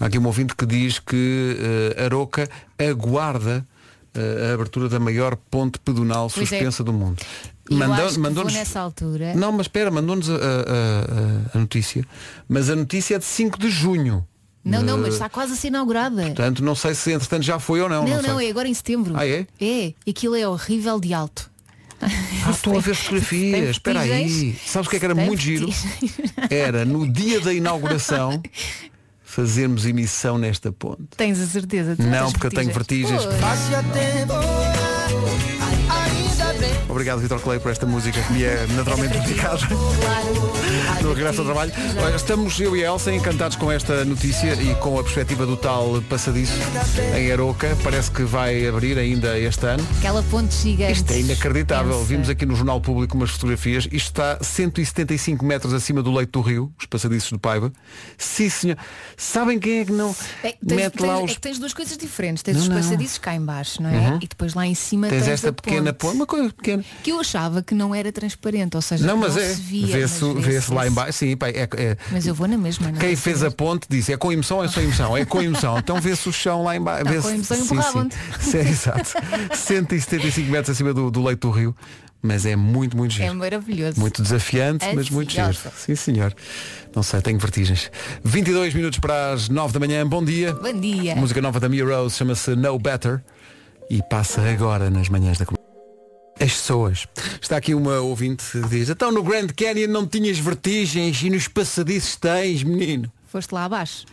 Há aqui um ouvinte que diz que eh, Aroca aguarda eh, a abertura da maior ponte pedonal
Pois é.
suspensa do mundo.
Eu
Mandou-
acho que vou
Mandou-nos
nessa altura.
não, mas espera, mandou-nos a, a- a- a notícia. Mas a notícia é de 5 de junho.
Não, não,
Eh,
mas está quase a ser inaugurada.
Portanto, não sei se entretanto já foi ou Então, não.
não, não,
sei.
é agora em setembro.
Ah, é?
É, aquilo é horrível de alto.
Ah, estou a ver fotografias. Espera aí.
vertigens.
Sabes o que é que era
Tem
muito giro? Era no dia da inauguração fazermos emissão nesta ponte.
Tens a certeza? Tu
Não,
tens
porque eu tenho vertigens.
Pois.
Obrigado, Vitor Clay, por esta música que me é naturalmente dedicada. No regresso ao trabalho. Olha, estamos eu e a Elsa encantados com esta notícia e com a perspectiva do tal passadiço em Aroca. Parece que vai abrir ainda este ano.
Aquela ponte gigante.
Isto é inacreditável.
Pensa.
Vimos aqui no Jornal Público umas fotografias. Isto está 175 metros acima do leito do rio, os passadiços do Paiva. Sim, senhor. Sabem quem é que não
É, que tens,
mete
tens-
lá
é
os...
que tens duas coisas diferentes. Tens
Não,
os
não.
passadiços cá em baixo, não é?
Uhum.
E depois lá em cima
Tens
tens
esta
a
pequena ponte, uma coisa pequena.
Que eu achava que não era transparente, ou seja,
Não, mas
não
é.
se via.
Vê-se
mas
vê lá
isso.
em baixo. Sim, pá, é- é-
Mas eu vou na mesma, não é?
Quem fez a ponte disse é com emoção ou é sem emoção? É com emoção. Então vê-se o chão lá em baixo.
Tá,
Vê-se-
com emoção
Sim,
empurravam-te.
sim. Sim, exato. 175 metros acima do, do leito do rio. Mas é muito, muito
É
giro.
maravilhoso.
Muito desafiante, mas muito giro.
Ansiosa.
Sim, senhor. Não sei, tenho vertigens. 22 minutos para as 9 da manhã. Bom dia.
Bom dia.
Música nova da Mia Rose chama-se No Better e passa agora nas manhãs da comunidade. As pessoas. Está aqui uma ouvinte que diz, então no Grand Canyon não tinhas vertigens e nos passadiços tens, menino.
Foste lá abaixo.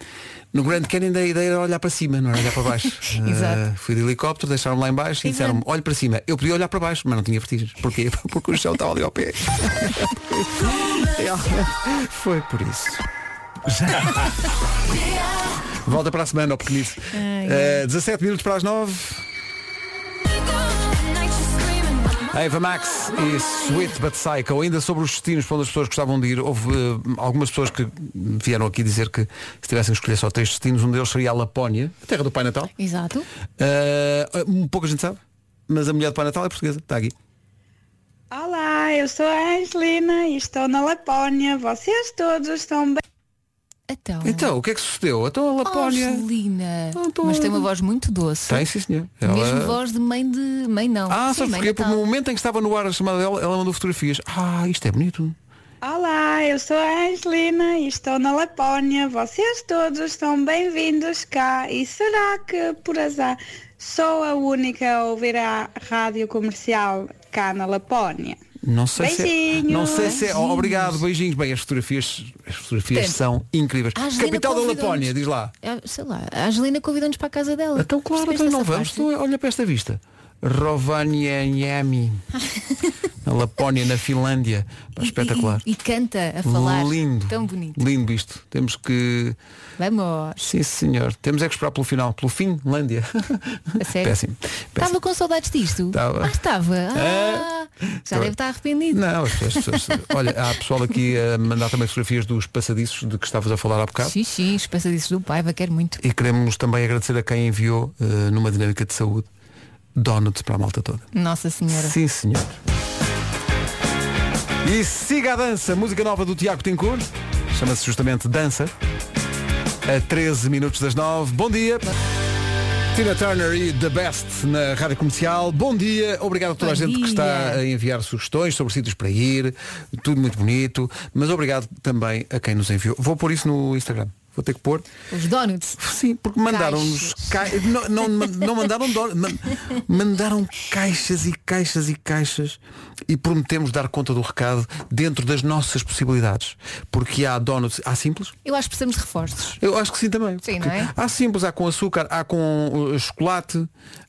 No Grand Canyon a ideia era olhar para cima, não era olhar para baixo.
Exato.
Ah, fui de helicóptero, deixaram-me lá em baixo e disseram-me, olhe para cima. Eu podia olhar para baixo, mas não tinha vertigens. Porquê? Porque o chão estava ali ao pé. Realmente, Foi por isso. Já. Volta para a semana, ao pequenito.
Ai.
Eh, 17 minutos para as 9. Ava Max e Sweet But Psycho Ainda sobre os destinos para onde as pessoas gostavam de ir Houve eh, algumas pessoas que vieram aqui dizer que Se tivessem que escolher só três destinos Um deles seria a Lapónia, a terra do Pai Natal
Exato.
Uh, pouca gente sabe, mas a mulher do Pai Natal é portuguesa. Está aqui.
Ah.
Olá, eu sou a Angelina e estou na Lapónia. Vocês todos estão bem?
Então. oh,
Então, o que é que sucedeu? Então a Lapónia.
Angelina. Mas tem uma voz muito doce.
Tem, sim, senhor.
Mesmo voz de mãe de. Mãe não.
Ah,
Sim,
sabes
mãe
porquê? Porque
Natal.
no momento em que estava no ar a chamada dela, ela mandou fotografias. Ah, isto é bonito.
Olá, eu sou a Angelina e estou na Lapónia. Vocês todos estão bem-vindos cá. E será que, por azar, sou a única a ouvir a rádio comercial cá na Lapónia?
Não sei se é.
Beijinhos.
Não sei se é. Oh,
Beijinhos.
obrigado, beijinhos. Bem, as fotografias, as fotografias
Portanto,
são incríveis.
a Angelina
Capital da
convidou-nos.
Lapónia, diz lá.
Ah, Sei lá, a Angelina convidou-nos para a casa dela.
Então claro,
Percebeste
então não
essa
vamos.
parte?
Então, olha para esta vista. Rovaniemi. na Lapónia, na Finlândia. Pá, espetacular.
E canta a falar.
Lindo.
Tão bonito.
Lindo isto. Temos que.
Vamos.
Sim, senhor. Temos é que esperar pelo final. Pelo Finlândia.
A sério. Tá
Péssimo.
Estava com saudades disto?
Estava.
Ah, estava. Ah, já
Estava.
deve estar arrependido.
Não, as pessoas, as pessoas- Olha, há pessoal aqui a mandar também fotografias dos passadiços de que estavas a falar há bocado.
Sim, sim, os passadiços do Paiva, quero muito.
E queremos também agradecer a quem enviou, eh, numa dinâmica de saúde, donuts para a malta toda.
Nossa Senhora.
Sim, senhor. E siga a dança, música nova do Tiago Tincourt. Chama-se justamente Dança. A 13 minutos das 9. Bom dia. Tina Turner e The Best na Rádio Comercial. Bom dia, obrigado a toda a
Bom
gente que
dia.
está a enviar sugestões sobre sítios para ir, tudo muito bonito, mas obrigado também a quem nos enviou. Vou pôr isso no Instagram, vou ter que pôr.
Os donuts.
Sim, porque mandaram-nos cai- não, não, não mandaram dó- man- mandaram caixas e caixas e caixas e prometemos dar conta do recado dentro das nossas possibilidades. Porque há donuts, há simples,
Eu acho que precisamos de reforços.
eu acho que sim também.
Sim,
Porque
não é?
Há simples, há com açúcar, há com uh, chocolate.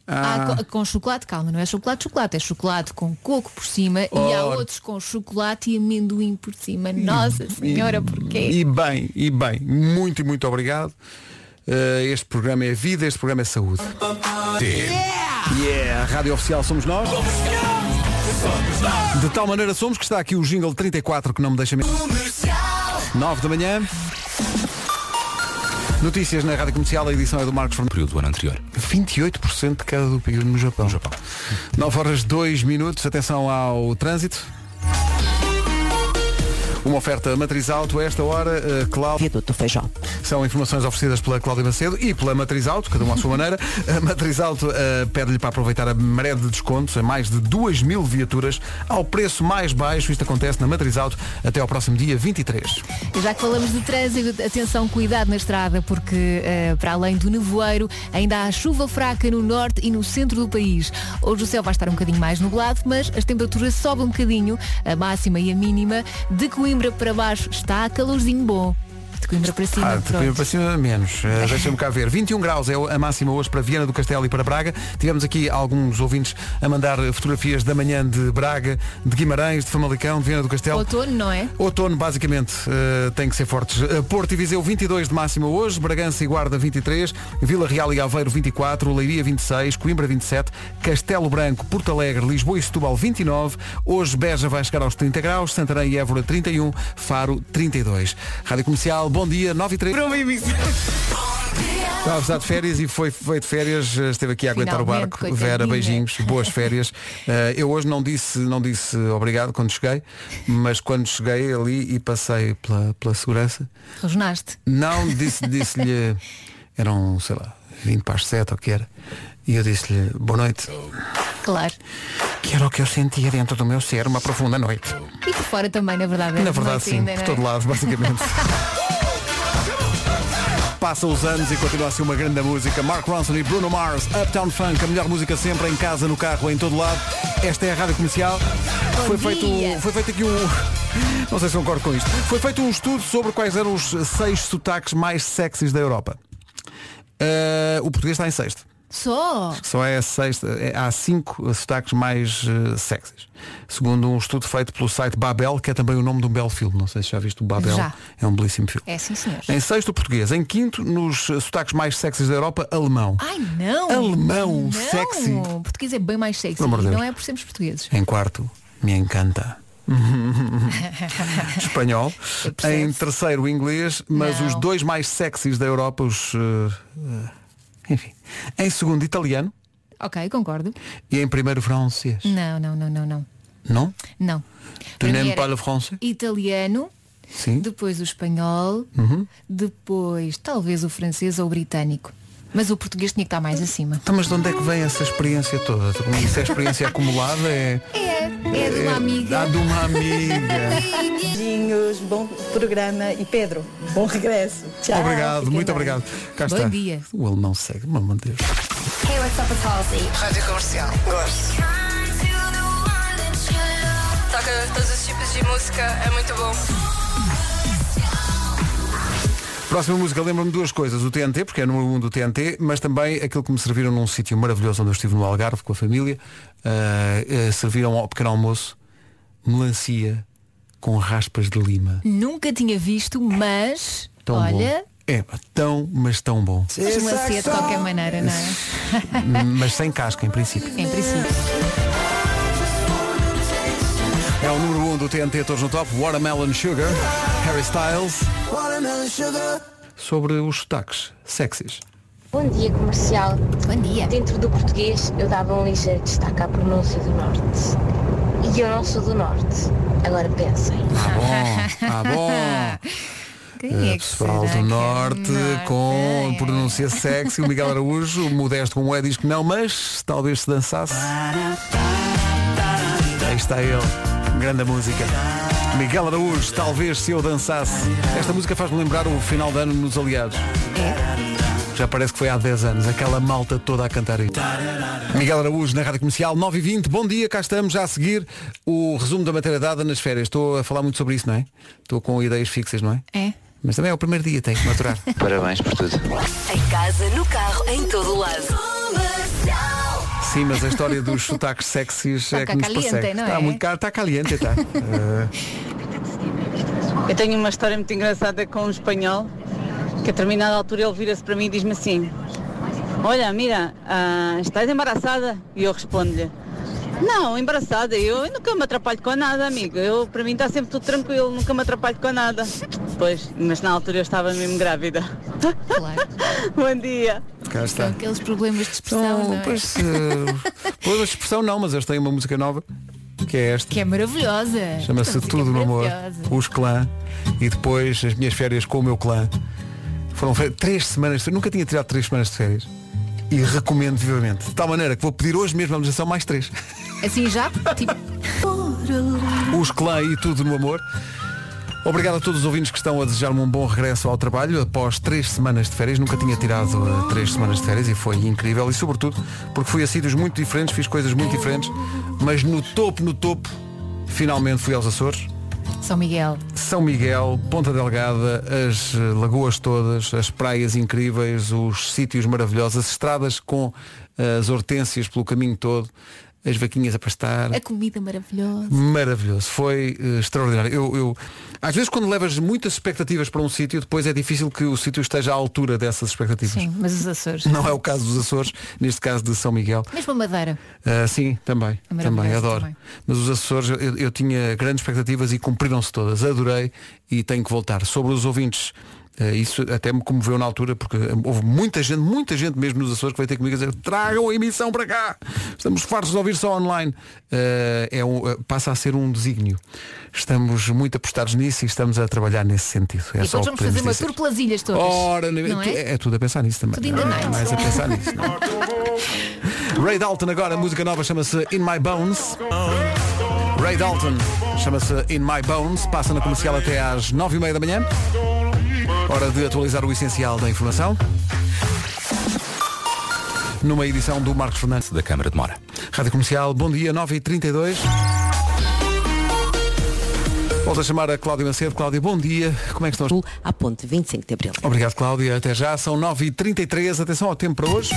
Há
Há...
co- com, chocolate, calma, não é chocolate, chocolate, é chocolate com coco por cima e há
Ora.
outros com chocolate e amendoim por cima. Nossa Senhora, é porquê?
E bem, e bem, muito e muito obrigado. Uh, este programa é vida, este programa é saúde. Yeah, a Rádio Oficial somos nós. De tal maneira somos que está aqui o jingle 34 que não me deixa mentir. 9 da manhã. Notícias na Rádio Comercial, a edição é do Marcos Fernandes.
Período do ano anterior.
28% de queda do PIB no Japão. No Japão. 9 horas 2 minutos, atenção ao trânsito. Uma oferta matriz alto, a esta hora, eh, Cláudia.
Viaduto Feijó.
São informações oferecidas pela Cláudia Macedo e pela Matriz Alto, cada uma à sua maneira. A Matriz Alto eh, pede-lhe para aproveitar a maré de descontos, a mais de 2 mil viaturas, ao preço mais baixo. Isto acontece na Matriz Alto até ao próximo dia 23.
E Já que falamos de trânsito, atenção, cuidado na estrada, porque eh, para além do nevoeiro, ainda há chuva fraca no norte e no centro do país. Hoje o céu vai estar um bocadinho mais nublado, mas as temperaturas sobem um bocadinho, a máxima e a mínima. De Coimbra para baixo está calorzinho bom. De Coimbra para cima,
Ah, de
pronto.
Coimbra para cima menos. Eh, Deixa-me cá ver. 21 graus é a máxima hoje para Viana do Castelo e para Braga. Tivemos aqui alguns ouvintes a mandar fotografias da manhã de Braga, de Guimarães, de Famalicão, de Viana do Castelo.
Outono, não é?
Outono, basicamente, eh, tem que ser fortes. Eh, Porto e Viseu, 22 de máxima hoje. Bragança e Guarda, 23. Vila Real e Aveiro, 24. Leiria, 26. Coimbra, 27. Castelo Branco, Porto Alegre, Lisboa e Setúbal, 29. Hoje, Beja vai chegar aos 30 graus. Santarém e Évora, 31. Faro, 32. Rádio Comercial, bom dia, 9 e 3. Estava a precisar de férias e foi, foi de férias, eh, esteve aqui a aguentar o
Finalmente,
barco.
coitadinha.
Vera, beijinhos, boas férias. Eh, eu hoje não disse, não disse obrigado quando cheguei, mas quando cheguei ali e passei pela, pela segurança,
Rosnaste.
não disse- disse-lhe, eram, sei lá, 20 para as 7 ou o que era, e eu disse-lhe, boa noite,
Claro.
que era o que eu sentia dentro do meu ser, uma profunda noite.
E por fora também, na verdade.
Na verdade,
Noite
sim,
ainda, não
por
é?
todo lado, basicamente. Passam os anos e continua a ser uma grande música. Mark Ronson e Bruno Mars, Uptown Funk, a melhor música sempre, em casa, no carro, em todo lado. Esta é a rádio comercial. Foi feito, foi feito aqui um. Não sei se concordo com isto. Foi feito um estudo sobre quais eram os seis sotaques mais sexys da Europa. Eh, o português está em sexto.
Só.
Só é a sexta, é- há cinco sotaques mais eh, sexys. Segundo um estudo feito pelo site Babel, que é também o nome de um belo filme. Não sei se já viste o Babel.
Já.
É um belíssimo filme.
É sim, senhor.
Em sexto, o português. Em quinto, nos eh, sotaques mais sexys da Europa, alemão.
Ai, não.
Alemão,
não.
sexy.
Português é bem mais sexy.
Pelo amor de
E
Deus.
não é por sermos portugueses.
Em quarto, me encanta. Espanhol. Em terceiro, o inglês. Mas
Não.
os dois mais sexys da Europa, os. eh, eh, enfim. Em segundo, italiano.
ok, concordo.
E em primeiro, francês.
Não, não, não, não, não.
Não?
Não.
Tu
Para mim
n'aimes
era
pas le français?
Italiano,
Sim.
depois o espanhol,
Uhum.
depois talvez o francês ou o britânico. Mas o português tinha que estar mais acima.
Então, mas de onde é que vem essa experiência toda? Isso é experiência acumulada? É,
É, é de uma amiga.
Há de uma amiga.
Beijinhos, bom programa e Pedro, bom regresso. Tchau.
obrigado, muito obrigado. Cá
Bom
está.
dia.
O alemão segue, meu amor de Deus.
Hey, what's up with Halsey? Rádio Comercial. Gosto. Toca todos os tipos de música, é muito bom.
Próxima música, lembra-me duas coisas. O TNT, porque é número um do TNT, mas também aquilo que me serviram num sítio maravilhoso onde eu estive no Algarve com a família. Ah, eh, serviram ao pequeno almoço melancia com raspas de lima.
Nunca tinha visto, mas
Tão
olha,
bom. É, pá, tão, mas tão bom.
mas uma ceia de qualquer maneira, não é?
Mas sem casca, em princípio.
em princípio.
É o número 1 um do TNT Todos no Top, Watermelon Sugar, Harry Styles. Sobre os sotaques sexys.
Bom dia, comercial.
Bom dia.
Dentro do português, eu dava um ligeiro destaque à pronúncia do norte. E eu não sou do norte. Agora pensem.
Ah, bom. Eh, pessoal do norte, com pronúncia sexy, o Miguel Araújo, o modesto como é, diz que não, mas talvez se dançasse. Aí está ele, grande música. Miguel Araújo, talvez se eu dançasse. Esta música faz-me lembrar o final de ano nos Aliados. Já parece que foi há 10 anos, aquela malta toda a cantar isso. Miguel Araújo, na Rádio Comercial, 9 e 20 Bom dia, cá estamos já a seguir o resumo da matéria dada nas férias. Estou a falar muito sobre isso, não é? Estou com ideias fixas, não é?
É.
Mas também é o primeiro dia, tem que maturar.
Parabéns por tudo.
Em casa, no carro, em todo o lado.
Sim, mas a história dos sotaques sexys é
Está
que nos
caliente,
persegue.
não
está
é?
muito caro, está caliente, está. Eh,
Eu tenho uma história muito engraçada com um espanhol que a determinada altura ele vira-se para mim e diz-me assim Olha, mira, ah, estás embaraçada? E eu respondo-lhe Não, embaraçada, eu, eu nunca me atrapalho com nada, amigo. Eu, para mim está sempre tudo tranquilo, nunca me atrapalho com nada. Pois, mas na altura eu estava mesmo grávida.
Claro.
Bom dia.
Cá
São
está.
aqueles problemas de expressão,
Então,
não é?
pois, eh, problemas de expressão não, mas eles têm uma música nova, que é esta.
Que é maravilhosa.
Chama-se
Esta música
Tudo
é
no Amor,
maravilhosa.
os clã e depois as minhas férias com o meu clã. Foram fe- três semanas, de- nunca tinha tirado três semanas de férias e recomendo vivamente. De tal maneira que vou pedir hoje mesmo a legislação mais três.
Assim já? Tipo.
Os clã e Tudo no Amor. Obrigado a todos os ouvintes que estão a desejar-me um bom regresso ao trabalho após três semanas de férias. Nunca tinha tirado eh, três semanas de férias e foi incrível. E sobretudo porque fui a sítios muito diferentes, fiz coisas muito diferentes, mas no topo, no topo, finalmente fui aos Açores.
São Miguel.
São Miguel, Ponta Delgada, as eh, lagoas todas, as praias incríveis, os sítios maravilhosos, as estradas com eh, as hortênsias pelo caminho todo, as vaquinhas a pastar.
A comida maravilhosa.
Maravilhoso, foi eh, extraordinário. Eu, eu- às vezes quando levas muitas expectativas para um sítio, depois é difícil que o sítio esteja à altura dessas expectativas.
Sim, mas os Açores.
Não é o caso dos Açores, neste caso de São Miguel.
Mesmo a Madeira.
Ah, sim, também.
É maravilhoso
também, adoro.
também.
Mas os Açores, eu, eu tinha grandes expectativas e cumpriram-se todas. Adorei e tenho que voltar. Sobre os ouvintes, ah, isso até me comoveu na altura, porque houve muita gente, muita gente mesmo nos Açores que veio ter comigo a dizer tragam a emissão para cá. Estamos fartos de ouvir só online. Ah, é um- ah, passa a ser um desígnio. Estamos muito apostados nisso e estamos a trabalhar nesse sentido. É
e
só o que
depois vamos fazer uma
podemos
tour
dizer.
pelas ilhas todas.
Ora,
não
tu-
é?
é tudo a pensar nisso também. é
Tudo in the night.
Mais a pensar nisso. Ray Dalton agora, a música nova chama-se In My Bones. Ray Dalton chama-se In My Bones, passa na comercial até às 9h30 da manhã. Hora de atualizar o essencial da informação. Numa edição do Marcos Fernandes
da Câmara de Mora.
Rádio Comercial, bom dia, 9h32. Volto a chamar a Cláudia Macedo. Cláudia, bom dia. Como é que estão?
À ponte 25 de Abril.
Obrigado, Cláudia. Até já. São 9h33. Atenção ao tempo para hoje.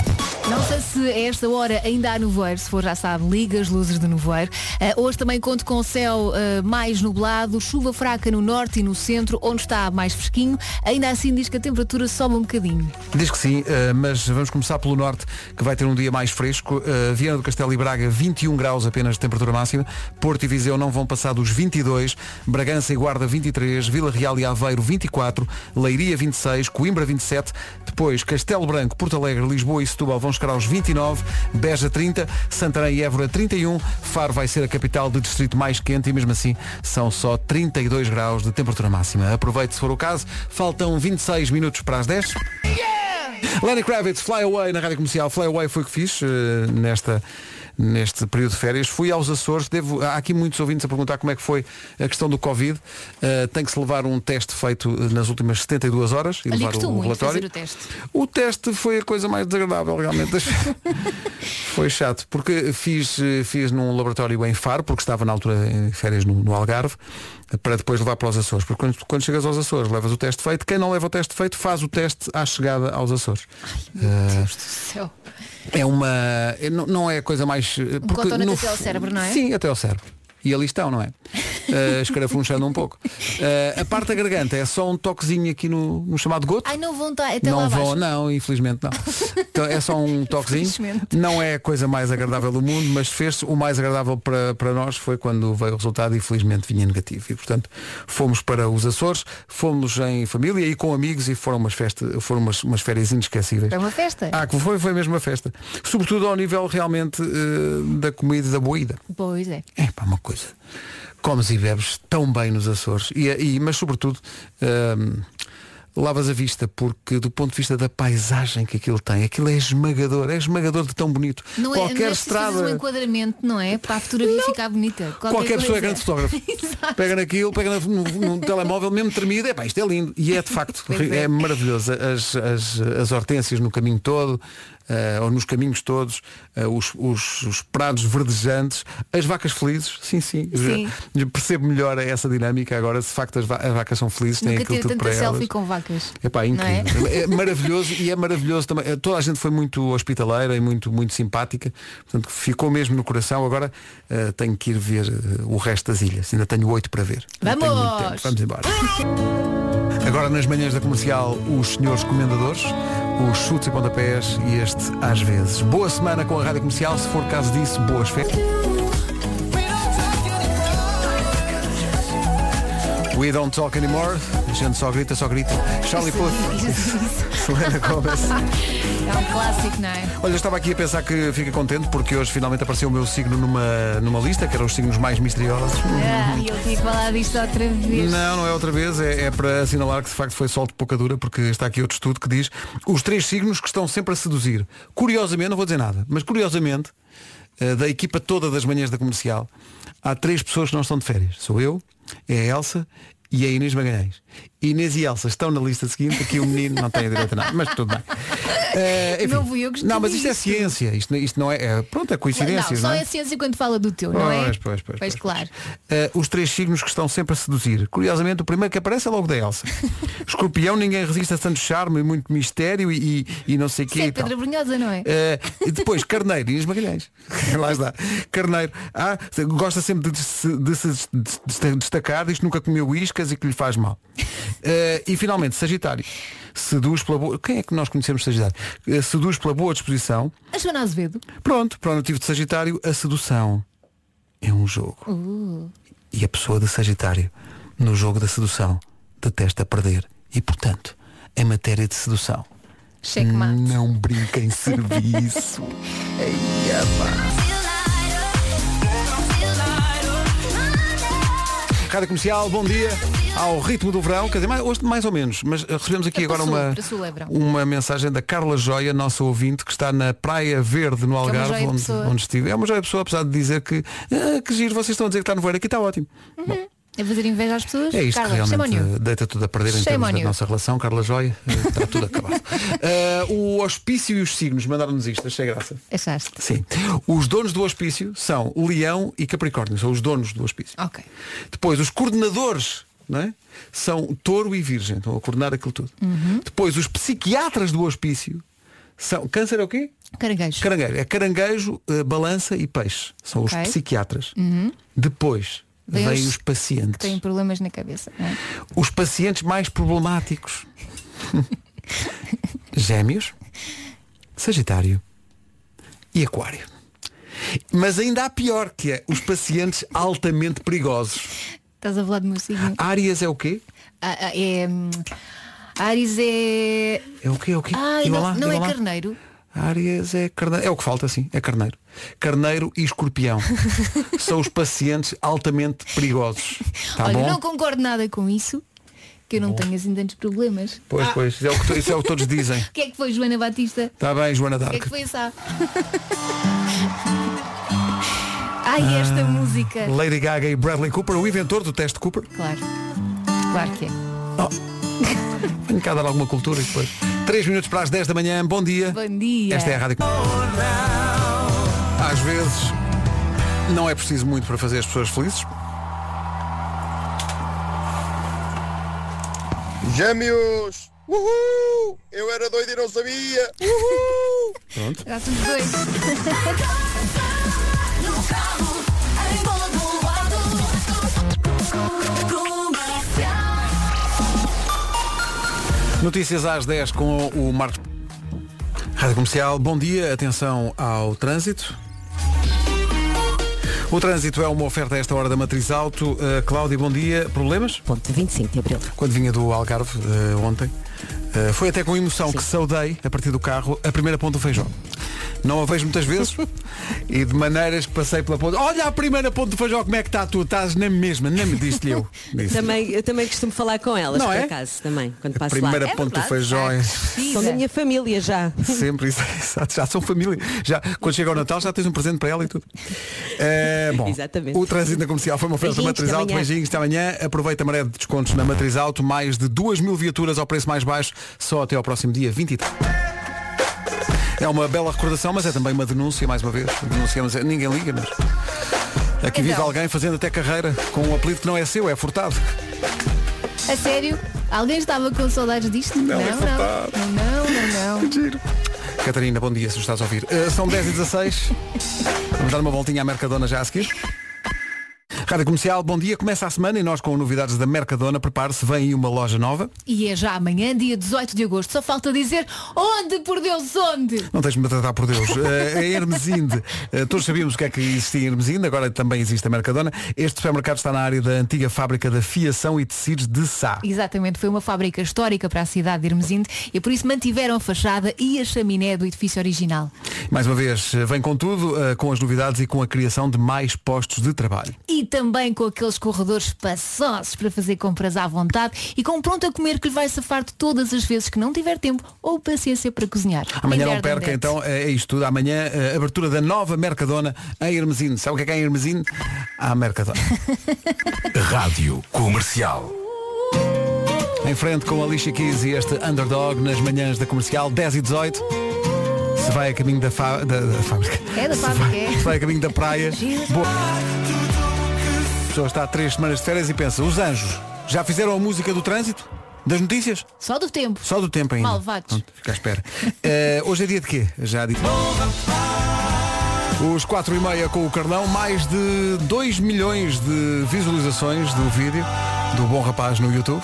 Não sei se a esta hora ainda há nevoeiro, se for já sabe, liga as luzes do nevoeiro. Ah, hoje também conto com céu ah, mais nublado, chuva fraca no norte e no centro, onde está mais fresquinho. Ainda assim diz que a temperatura sobe um bocadinho.
Diz que sim, eh, mas vamos começar pelo norte, que vai ter um dia mais fresco. Eh, Viana do Castelo e Braga, 21 graus apenas de temperatura máxima. Porto e Viseu não vão passar dos 22. Bragança e Guarda, 23. Vila Real e Aveiro, 24. Leiria, 26. Coimbra, 27. Depois, Castelo Branco, Porto Alegre, Lisboa e Setúbal vão chegar aos 29. Beja, 30. Santarém e Évora, 31. Faro vai ser a capital de distrito mais quente e mesmo assim são só 32 graus de temperatura máxima. Aproveite se for o caso. Faltam 26 minutos para as 10. Lenny Kravitz, Fly Away na rádio comercial. Fly Away foi o que fiz eh, nesta, neste período de férias. Fui aos Açores. Devo, há aqui muitos ouvintes a perguntar como é que foi a questão do Covid. Eh, tem que se levar um teste feito eh, nas últimas 72 horas e
Olha,
levar
gostou
o
muito de
relatório.
fazer o teste.
O teste foi a coisa mais desagradável, realmente. foi chato, porque fiz, eh, fiz num laboratório em Faro, porque estava na altura em férias no, no Algarve, para depois levar para os Açores. Porque quando, quando chegas aos Açores, levas o teste feito. Quem não leva o teste feito, faz o teste à chegada aos Açores. Eh,
Céu.
é uma. é- não- Não é a coisa mais. eh, porque
cotonete
no
Um até ao
fu-
cérebro, não é?
Sim, até ao cérebro. E ali estão, não é? Eh, escarafunchando um pouco. Eh, a parte da garganta é só um toquezinho aqui no, no chamado goto
Ai, não vão estar até lá
não
abaixo.
vão, não, infelizmente não. Então é só um toquezinho. Não é a coisa mais agradável do mundo, mas fez-se. O mais agradável para, para nós foi quando veio o resultado e felizmente vinha negativo. E portanto fomos para os Açores, fomos em família e com amigos e foram umas, festas, foram umas, umas férias inesquecíveis.
É uma festa.
Ah, que foi, foi mesmo uma festa. Sobretudo ao nível realmente eh, da comida e da boída.
Pois é.
Pá, uma coisa. Comes e bebes tão bem nos Açores. E, e- mas sobretudo hum, lavas a vista, porque do ponto de vista da paisagem que aquilo tem, aquilo é esmagador, é esmagador de tão bonito.
Não é, não é
Qualquer
preciso fazer um
estrada.
enquadramento, não é? Para a fotografia ficar bonita. Qualquer,
Qualquer pessoa é
coisa.
grande fotógrafo.
Exato.
Pega naquilo, pega na- num, num telemóvel, mesmo tremido, é pá, isto é lindo. E é de facto,
Pois é.
é maravilhoso. As, as, as hortênsias no caminho todo, eh, ou nos caminhos todos, eh, os, os, os prados verdejantes, as vacas felizes, sim, sim.
Sim.
Já- percebo melhor essa dinâmica agora, se de facto as, va- as vacas são felizes, têm
Nunca
aquilo
tive
tudo
tanta
para
selfie
elas.
com vacas.
Epá, é
Não é?
incrível. É maravilhoso e é maravilhoso também. Eh, Toda a gente foi muito hospitaleira e muito, muito simpática. Portanto, ficou mesmo no coração. Agora eh, tenho que ir ver eh, o resto das ilhas. Ainda tenho oito para ver. Ainda tenho muito tempo.
Vamos!
Vamos embora. Agora nas manhãs da comercial, os senhores comendadores, os chutes e pontapés e este às vezes. Boa semana com a Rádio Comercial. Se for caso disso, boas férias. We don't talk anymore. A gente só grita, só grita. Charlie Puth. Selena Gomez.
É um clássico, não é?
Olha, eu estava aqui a pensar que fica contente porque hoje finalmente apareceu o meu signo numa, numa lista, que eram os signos mais misteriosos.
Ah, eu tinha que falar disto outra vez.
Não, não é outra vez, é, é para assinalar que de facto foi sol de pouca dura, porque está aqui outro estudo que diz os três signos que estão sempre a seduzir. Curiosamente, não vou dizer nada, mas curiosamente, eh, da equipa toda das manhãs da comercial, há três pessoas que não estão de férias. Sou eu, é a Elsa e é a Inês Magalhães. Inês e Elsa estão na lista seguinte, aqui o menino não tem direito a nada, mas tudo bem. Eh, enfim.
Não fui eu que escolhi
Não, mas isto é
isto.
ciência, isto, isto não é, é- Pronto, é coincidências,
não,
não,
só
é?
é ciência quando fala do teu, não é?
Pois, pois, pois, pois,
claro.
Eh, os três signos que estão sempre a seduzir. Curiosamente, o primeiro que aparece é logo da Elsa. Escorpião, ninguém resiste a tanto charme e muito mistério e, e, e não sei o
Isso
quê
é
e tal.
Pedra Brunhosa, não é?
Eh, e depois, Carneiro, Inês Magalhães. Lá está. Carneiro. Ah, gosta sempre de, se- de se des- des- destacar, diz que nunca comeu iscas e que lhe faz mal. Eh, e finalmente, Sagitário. Seduz pela boa. Quem é que nós conhecemos Sagitário? Eh, seduz pela boa disposição.
A Joana Azevedo.
Pronto, para o nativo de Sagitário, a sedução é um jogo.
Uh,
E a pessoa de Sagitário, no jogo da sedução, detesta perder. E, portanto, em matéria de sedução,
checkmate.
não brinca em serviço. Eia, pá. Rádio Comercial, bom dia. Ao ritmo do verão, quer dizer, mais, hoje mais ou menos, mas eh, recebemos aqui agora
Passou,
uma,
passou, é verão.
uma mensagem da Carla Joia, nossa ouvinte, que está na Praia Verde, no
é uma
Algarve,
joia de
onde,
pessoa.
onde estive. É uma joia de pessoa, apesar de dizer que, "Ah, que giro, vocês estão a dizer que está no voeiro, aqui está ótimo.
É fazer inveja às pessoas?
É isto
Carla,
que realmente
chama-o.
eh, deita tudo a perder em
Shame
termos
on
da
you.
nossa relação, Carla Joia. eh, Está tudo acabado. Eh, o hospício e os signos mandaram-nos isto, achei graça.
Achaste?
Sim. Os donos do hospício são Leão e Capricórnio, são os donos do hospício.
Ok.
Depois, os coordenadores não é? são Touro e Virgem, estão a coordenar aquilo tudo.
Uhum.
Depois, os psiquiatras do hospício são. Câncer é o quê?
Caranguejo.
Caranguejo. É caranguejo, eh, balança e peixe. São
Ok.
os psiquiatras.
Uhum.
Depois,
Vem
vêm
os-
os pacientes.
Que têm problemas na cabeça. não é?
Os pacientes mais problemáticos. Gêmeos, Sagitário e Aquário. Mas ainda há pior, que é os pacientes altamente perigosos.
Estás a falar do meu signo.
Áries é o quê?
Ah, ah, é. hum, Áries é.
É o quê? É o quê?
Ai,
Diga
não,
lá,
não é
diga lá.
carneiro.
Áries é carneiro. É o que falta, sim. É carneiro. Carneiro e escorpião. São os pacientes altamente perigosos. Tá
Olha,
bom?
não concordo nada com isso. Que eu não tenho assim tantos problemas.
Pois,
Ah,
pois. Isso é, o que, to- isso é o que todos dizem.
O que é que foi, Joana Batista?
Está bem, Joana
O que é
Dark.
que foi essa? Ai, esta
Ah,
música.
Lady Gaga e Bradley Cooper, o inventor do teste Cooper.
Claro. Claro que é.
Venho cá dar alguma cultura e depois. 3 minutos para as 10 da manhã, bom dia.
Bom dia.
Esta é a rádio. Às vezes não é preciso muito para fazer as pessoas felizes.
Gêmeos! Uhul! Eu era doido e não sabia! Uhul!
Pronto.
Já somos dois.
Notícias às 10 com o Marcos. Rádio Comercial, bom dia, atenção ao trânsito. O trânsito é uma oferta a esta hora da Matriz Alto. Uh, Cláudia, bom dia. Problemas?
Ponto 25 de Abril.
Quando vinha do Algarve eh, ontem, eh, foi até com emoção que saudei, a partir do carro, a primeira ponta do feijão. Não a vejo muitas vezes e de maneiras que passei pela ponta. Olha a primeira ponta do feijão, como é que está tu? Estás na mesma, nem me diste-lhe eu. Disse-lhe.
Também, eu também costumo falar com elas,
Não
por
é?
acaso, também, quando passo
primeira
lá. É
ponta do
verdade.
feijão é
Ah,
São da minha família já.
sempre isso. Exato, já são família. Já, quando chega o Natal já tens um presente para ela e tudo. Eh, bom,
Exatamente.
o trânsito na comercial foi uma oferta
Beijinhos,
Matriz
até
Alto.
amanhã.
Beijinhos, até amanhã. Aproveita a maré de descontos na Matriz Alto. Mais de 2 mil viaturas ao preço mais baixo, só até ao próximo dia 23. É uma bela recordação, mas é também uma denúncia, mais uma vez. Denunciamos, ninguém liga, mas. Aqui vive
Então.
alguém fazendo até carreira com um apelido que não é seu, é furtado.
A sério? Alguém estava com saudades disto? Não,
é
não.
verdade.
Não, não, não. não.
Catarina, bom dia, se nos estás a ouvir. Eh, são 10 e 16 Vamos dar uma voltinha à Mercadona já a seguir. Rádio Comercial, bom dia. Começa a semana e nós com novidades da Mercadona. Prepare-se, vem aí uma loja nova.
E é já amanhã, dia 18 de agosto. Só falta dizer onde, por Deus, onde.
Não tens de me tratar por Deus. Eh, A Hermesinde. eh, Todos sabíamos o que é que existia em Hermesinde, agora também existe a Mercadona. Este supermercado está na área da antiga fábrica da fiação e tecidos de Sá.
Exatamente, foi uma fábrica histórica para a cidade de Hermesinde e por isso mantiveram a fachada e a chaminé do edifício original.
Mais uma vez, eh, vem com tudo, eh, com as novidades e com a criação de mais postos de trabalho.
E também com aqueles corredores espaçosos para fazer compras à vontade e com pronto a comer que lhe vai safar de todas as vezes que não tiver tempo ou paciência para cozinhar.
Amanhã
Inverno
não perca,
dentro.
então é isto tudo. Amanhã, eh, abertura da nova Mercadona em Hermesinde. Sabe o que é que é em Hermesinde? Há Mercadona.
Rádio Comercial.
Em frente com a Alicia Keys e este Underdog nas manhãs da comercial 10 e 18. Se vai a caminho da, fa- da- da fábrica.
É da fábrica, é.
Se vai a caminho da praia. Boa. A pessoa está há três semanas de férias e pensa, os anjos já fizeram a música do trânsito? Das notícias?
Só do tempo.
Só do tempo ainda.
Malvados.
Pronto, fica à espera. Eh, hoje é dia de quê? Já disse. Os 4 e meia com o Carlão, mais de 2 milhões de visualizações do vídeo do Bom Rapaz no YouTube.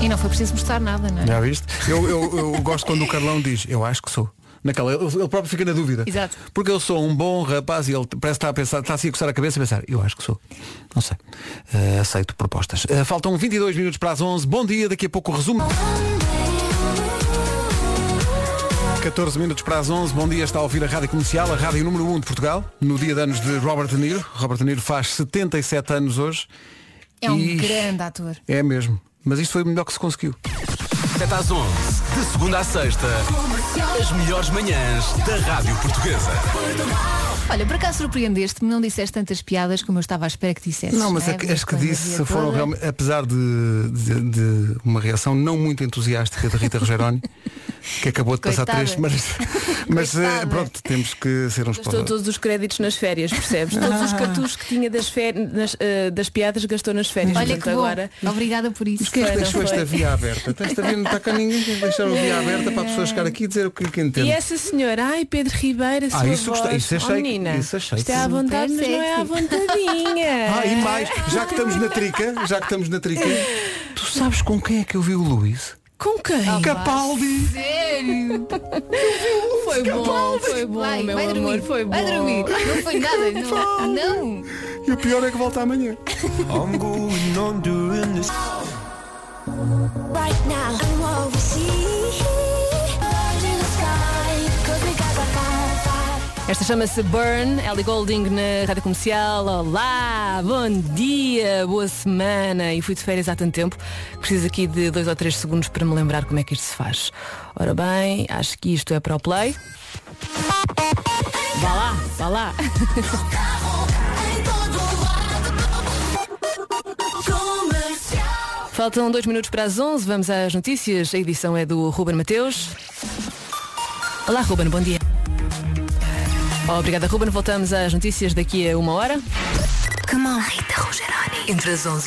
E não foi preciso mostrar nada, não é?
Já viste? Eu, eu, eu gosto quando o Carlão diz, eu acho que sou. Naquela, ele, ele próprio fica na dúvida.
Exato.
Porque eu sou um bom rapaz e ele parece que está a pensar, está assim a coçar a cabeça e a pensar, eu acho que sou. Não sei. Eh, aceito propostas. Eh, faltam 22 minutos para as 11. Bom dia, daqui a pouco o resumo. 14 minutos para as 11, bom dia, está a ouvir a Rádio Comercial, a Rádio Número 1 de Portugal, no dia de anos de Robert De Niro. Robert De Niro faz 77 anos hoje.
É um
E-
grande ator.
É mesmo. Mas isto foi o melhor que se conseguiu.
7 às 11, de segunda à sexta, as melhores manhãs da Rádio Portuguesa.
Olha, por acaso surpreendeste-me, não disseste tantas piadas como eu estava à espera que dissesses.
Não, mas
é?
é que- as que
Quando
disse
havia
foram
toda-
realmente, apesar de, de- de uma reação não muito entusiástica da Rita Rogeroni, que acabou de passar
Coitada.
três semanas. Mas eh,
Coitada.
pronto, temos que ser uns
Gastou
para
todos os créditos nas férias, percebes? Todos
Ah.
os cartuchos que tinha das, fe- nas, eh, das piadas gastou nas férias.
Olha
Portanto,
que bom.
agora.
Obrigada por isso.
Quem é que
Mas Deixou esta via aberta. Então, Esta via não está cá ninguém que deixar a via aberta para a pessoa chegar aqui e dizer o que, que entende.
E essa senhora, ai Pedro Ribeiro, a
Ah,
sua
isso
voz.
gostei, isso
Oh,
achei-
menina,
isso achei
Isto é à
que-
vontade, mas não é à vontadinha.
Ah, e mais, já que estamos na trica, já que estamos na trica, tu sabes com quem é que eu vi o Luís?
Com quem?
Ah, Capaldi.
Sério?
Foi bom, foi bom,
Vai,
meu
vai
amor,
dormir.
foi bom.
Vai dormir. Não foi nada, não. não.
E o pior é que volta amanhã.
Right now, I'm overseas. Virgin sky, 'cause we got the fire, fire.
Esta chama-se Burn, Ellie Golding na Rádio Comercial. Olá, bom dia, boa semana. E fui de férias há tanto tempo. Preciso aqui de dois ou três segundos para me lembrar como é que isto se faz. Ora bem, acho que isto é para o play. Vá lá, vá lá. Faltam dois minutos para as 11, vamos às notícias. A edição é do Ruben Mateus. Olá, Ruben, bom dia. Obrigada, Ruben. Voltamos às notícias daqui a uma hora.
Rita Rogeroni. Entre as 11